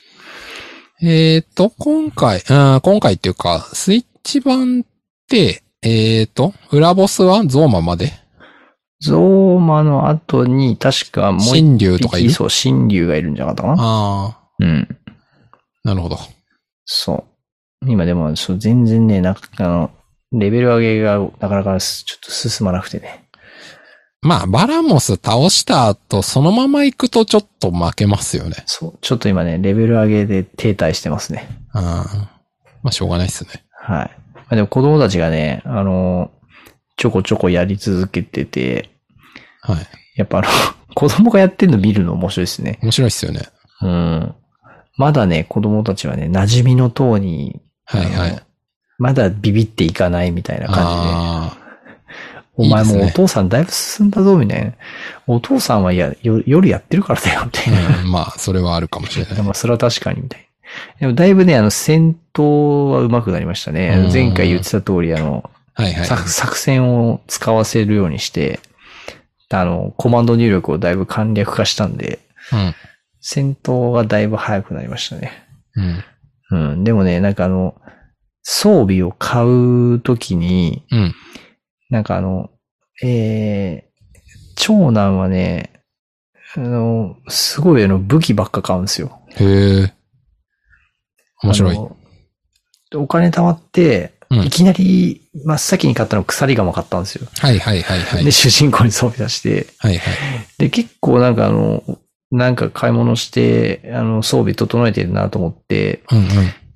えーと、今回、あー今回っていうか、スイッチ版って、えーと、裏ボスはゾーマまで
た。ゾーマの後に、確かもう一
神竜とかい
匹、
る
そう、神竜がいるんじゃなかったかな。
ああ、
うん。
なるほど。
そう。今でも、そう全然ね、なんか、あの、レベル上げがなかなかすちょっと進まなくてね。
まあ、バラモス倒した後、そのまま行くとちょっと負けますよね。
そう。ちょっと今ね、レベル上げで停滞してますね。
うん。まあ、しょうがないっすね。
はい。まあでも子供たちがね、あの、ちょこちょこやり続けてて、
はい。
やっぱあの、 子供がやってんの見るの面白いですね。
面白いっすよね。
うん。まだね、子供たちはね、馴染みの塔に、
はいは
あの
い。
まだビビっていかないみたいな感
ああ、
じで、お
い
前
い
も
です
うお
ね
父さんだいぶ進んだぞ、みたいな。お父さんはやよ夜やってるからだよ、みたいな。
うん、まあ、それはあるかもしれない。
まあ、それは確かに、みたいな。でも、だいぶね、あの、戦闘は上手くなりましたね
う。ん
前回言ってた通り、あの、
はいはい。
作作戦を使わせるようにして、あの、コマンド入力をだいぶ簡略化したんで、
うん。
戦闘がだいぶ早くなりましたね。
うん。
うん。でもね、なんかあの、装備を買うときに、
うん。
なんかあの、えー、長男はね、あの、すごいあの、武器ばっか買うんですよ。
へえ。面白い
あ。の。お金貯まって、
うん
いきなり真っ先に買ったの鎖鎌買ったんですよ。
はいはいはいはい。
で、主人公に装備出して、
はいはい。
で、結構なんかあの、なんか買い物して、あの、装備整えてるなと思って、
うんうん。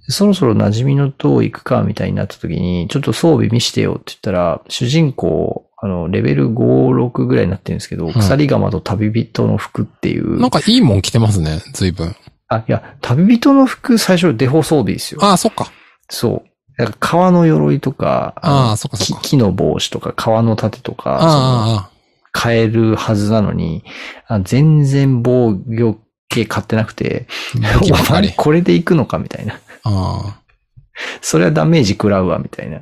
そろそろ馴染みの塔行くか、みたいになった時に、ちょっと装備見してよって言ったら、主人公、あの、レベル5、6ぐらいになってるんですけど、
ん
鎖鎌と旅人の服っていう。
なんかいいもん着てますね、随分。
あ、いや、旅人の服最初デフォ装備ですよ。
ああ、そっか。
そう。なんか革の鎧とか、の
ああ、そっかそ
木
っか。
木の帽子とか、革の盾とか、その
あ
買えるはずなのに、あ全然防御系買ってなくて、
あ、ああ。武器ば
お
か
前
り。
これで行くのかみたいな。
あ
それはダメージ食らうわ、みたいな。
あ。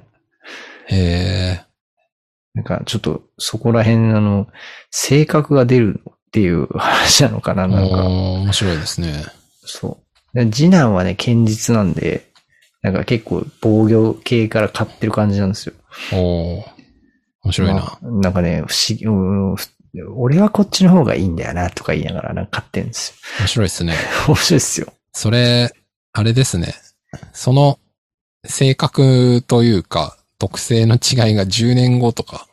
へえ。
なんか、ちょっと、そこら辺、あの、性格が出るっていう話なのかな、
お
なんか。
ー面白いですね。
そう。で次男はね、堅実なんで、なんか結構防御系から買ってる感じなんですよ。
おお。面白いな
ま。あなんかね、不思議、うんふ俺はこっちの方がいいんだよな、とか言いながら、なんか買ってるんです
面白いですね。
よ。 面白いですよ。
それ、あれですね。その、性格というか、特性の違いが10年後とか、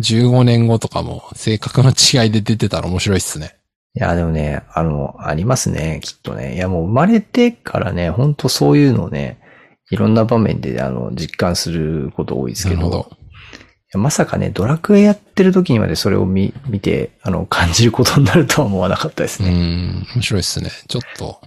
15年後とかも、性格の違いで出てたら面白いっすね。
いや、でもね、あの、ありますね、きっとね。いや、もう生まれてからね、ほんとそういうのをね、いろんな場面で、あの、実感すること多いです
な
け
る
ど、
ほど。
いやまさかね、ドラクエやってる時にまでそれを見、見て、あの、感じることになるとは思わなかったです
うー
ね。
ん、面白いですね。ちょっと、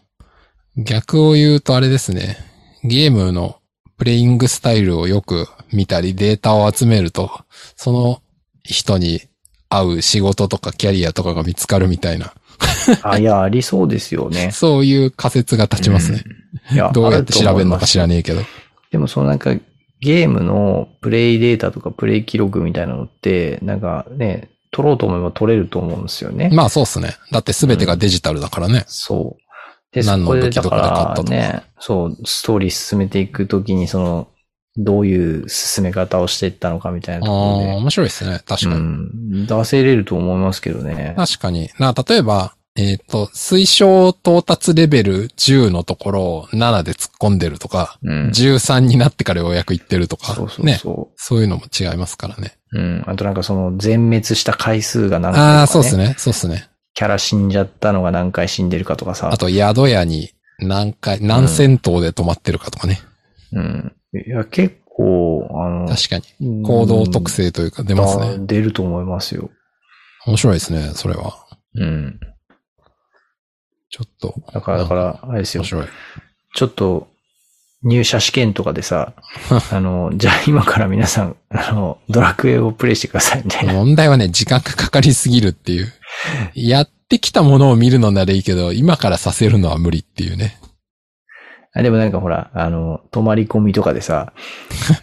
逆を言うとあれですね。ゲームのプレイングスタイルをよく見たり、データを集めると、その人に合う仕事とかキャリアとかが見つかるみたいな、
あ、いや、ありそうですよね。
そういう仮説が立ちますね。
いや、
どうやって調べるのか知ら
ね
ねえけど。
でも、そのなんか、ゲームのプレイデータとかプレイ記録みたいなのって、なんかね、取ろうと思えば取れると思うんですよね。
まあそうっすね。だって全てがデジタルだからね。
そう。で、そ
何の
こで
武器
だ
と
か
かで買った
ら
とか
ね、そう、ストーリー進めていくときに、その、どういう進め方をしていったのかみたいなと
ああ
こ
ー、
ろで、
面白いですね。確か
う
に。
ん、出せれると思いますけどね。
確かに。な、例えば、えっ、と、推奨到達レベル10のところを7で突っ込んでるとか、
うん、
13になってからようやく行ってるとか、
そうそう
ね。
そ
そういうのも違いますからね。
う、うん。あとなんかその、全滅した回数が何回とか、ね、
ああ、そうですね。そうですね。
キャラ死んじゃったのが何回死んでるかとかさ
あ、と、宿屋に何回、何戦闘で泊まってるかとかね。
うん。いや、結構、あの、
確かに。行動特性というか出ます
あ
ね。
出ると思いますよ。
面白いですね、それは。
うん。
ちょっと。
だから、だから、あれですよ
面。白い。
ちょっと、入社試験とか でさ、あの、じゃあ今から皆さん、あの、ドラクエをプレイしてくださいみたいな。
問題はね、時間がかかりすぎるっていう。やってきたものを見るのならいいけど、今からさせるのは無理っていうね。
あでもなんかほら、あの、泊まり込みとか でさ、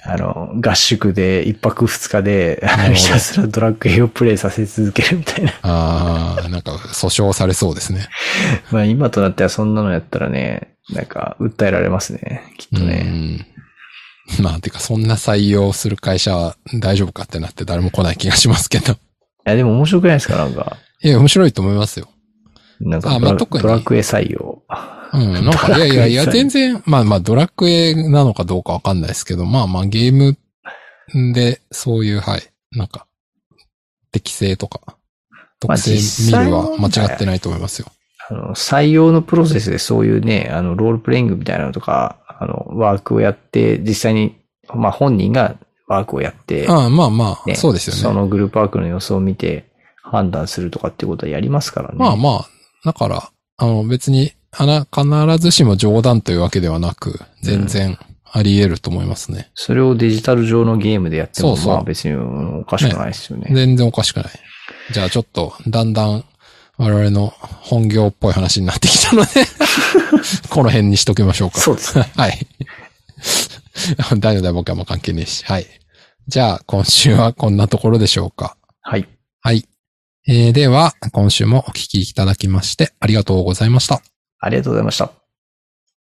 あの、合宿で一泊二日で、あ
なるほど
のひたすらドラクエをプレイさせ続けるみ たいな。
ああ、なんか訴訟されそうですね。
まあ今となってはそんなのやったらね、なんか訴えられますね。きっとね。
うん。まあ、てか、そんな採用する会社は大丈夫かってなって誰も来ない気がしますけど。
いやでも面白くないですかなんか。
いや、面白いと思いますよ。
なんか
あ
ド
まあ
ラ
特に
ドラクエ採用。
うん、 なんか、いやいやいや、全然、まあまあ、ドラクエなのかどうかわかんないですけど、まあまあ、ゲームで、そういう、はい、なんか、適性とか、特性見るは間違ってないと思いますよ。
あの、採用のプロセスでそういうね、あの、ロールプレイングみたいなのとか、あの、ワークをやって、実際に、まあ本人がワークをやって、
ああまあまあ、
ね
そうですよ
そ
ね。
のグループワークの様子を見て判断するとかってことはやりますからね。
まあまあ、だから、あの、別に、あら、必ずしも冗談というわけではなく、全然あり得ると思いますね。
それをデジタル上のゲームでやっても、
そうそう
まあ別にうんおかしくないですよね。
全然おかしくない。じゃあちょっと、だんだん、我々の本業っぽい話になってきたので、 この辺にしときましょうか。
そうですね。
はい。 大丈夫だよ、僕はもう関係ねえし。はい。じゃあ、今週はこんなところでしょうか。
はい。
はい。えーでは、今週もお聞きいただきまして、ありがとうございました。
ありがとうございました。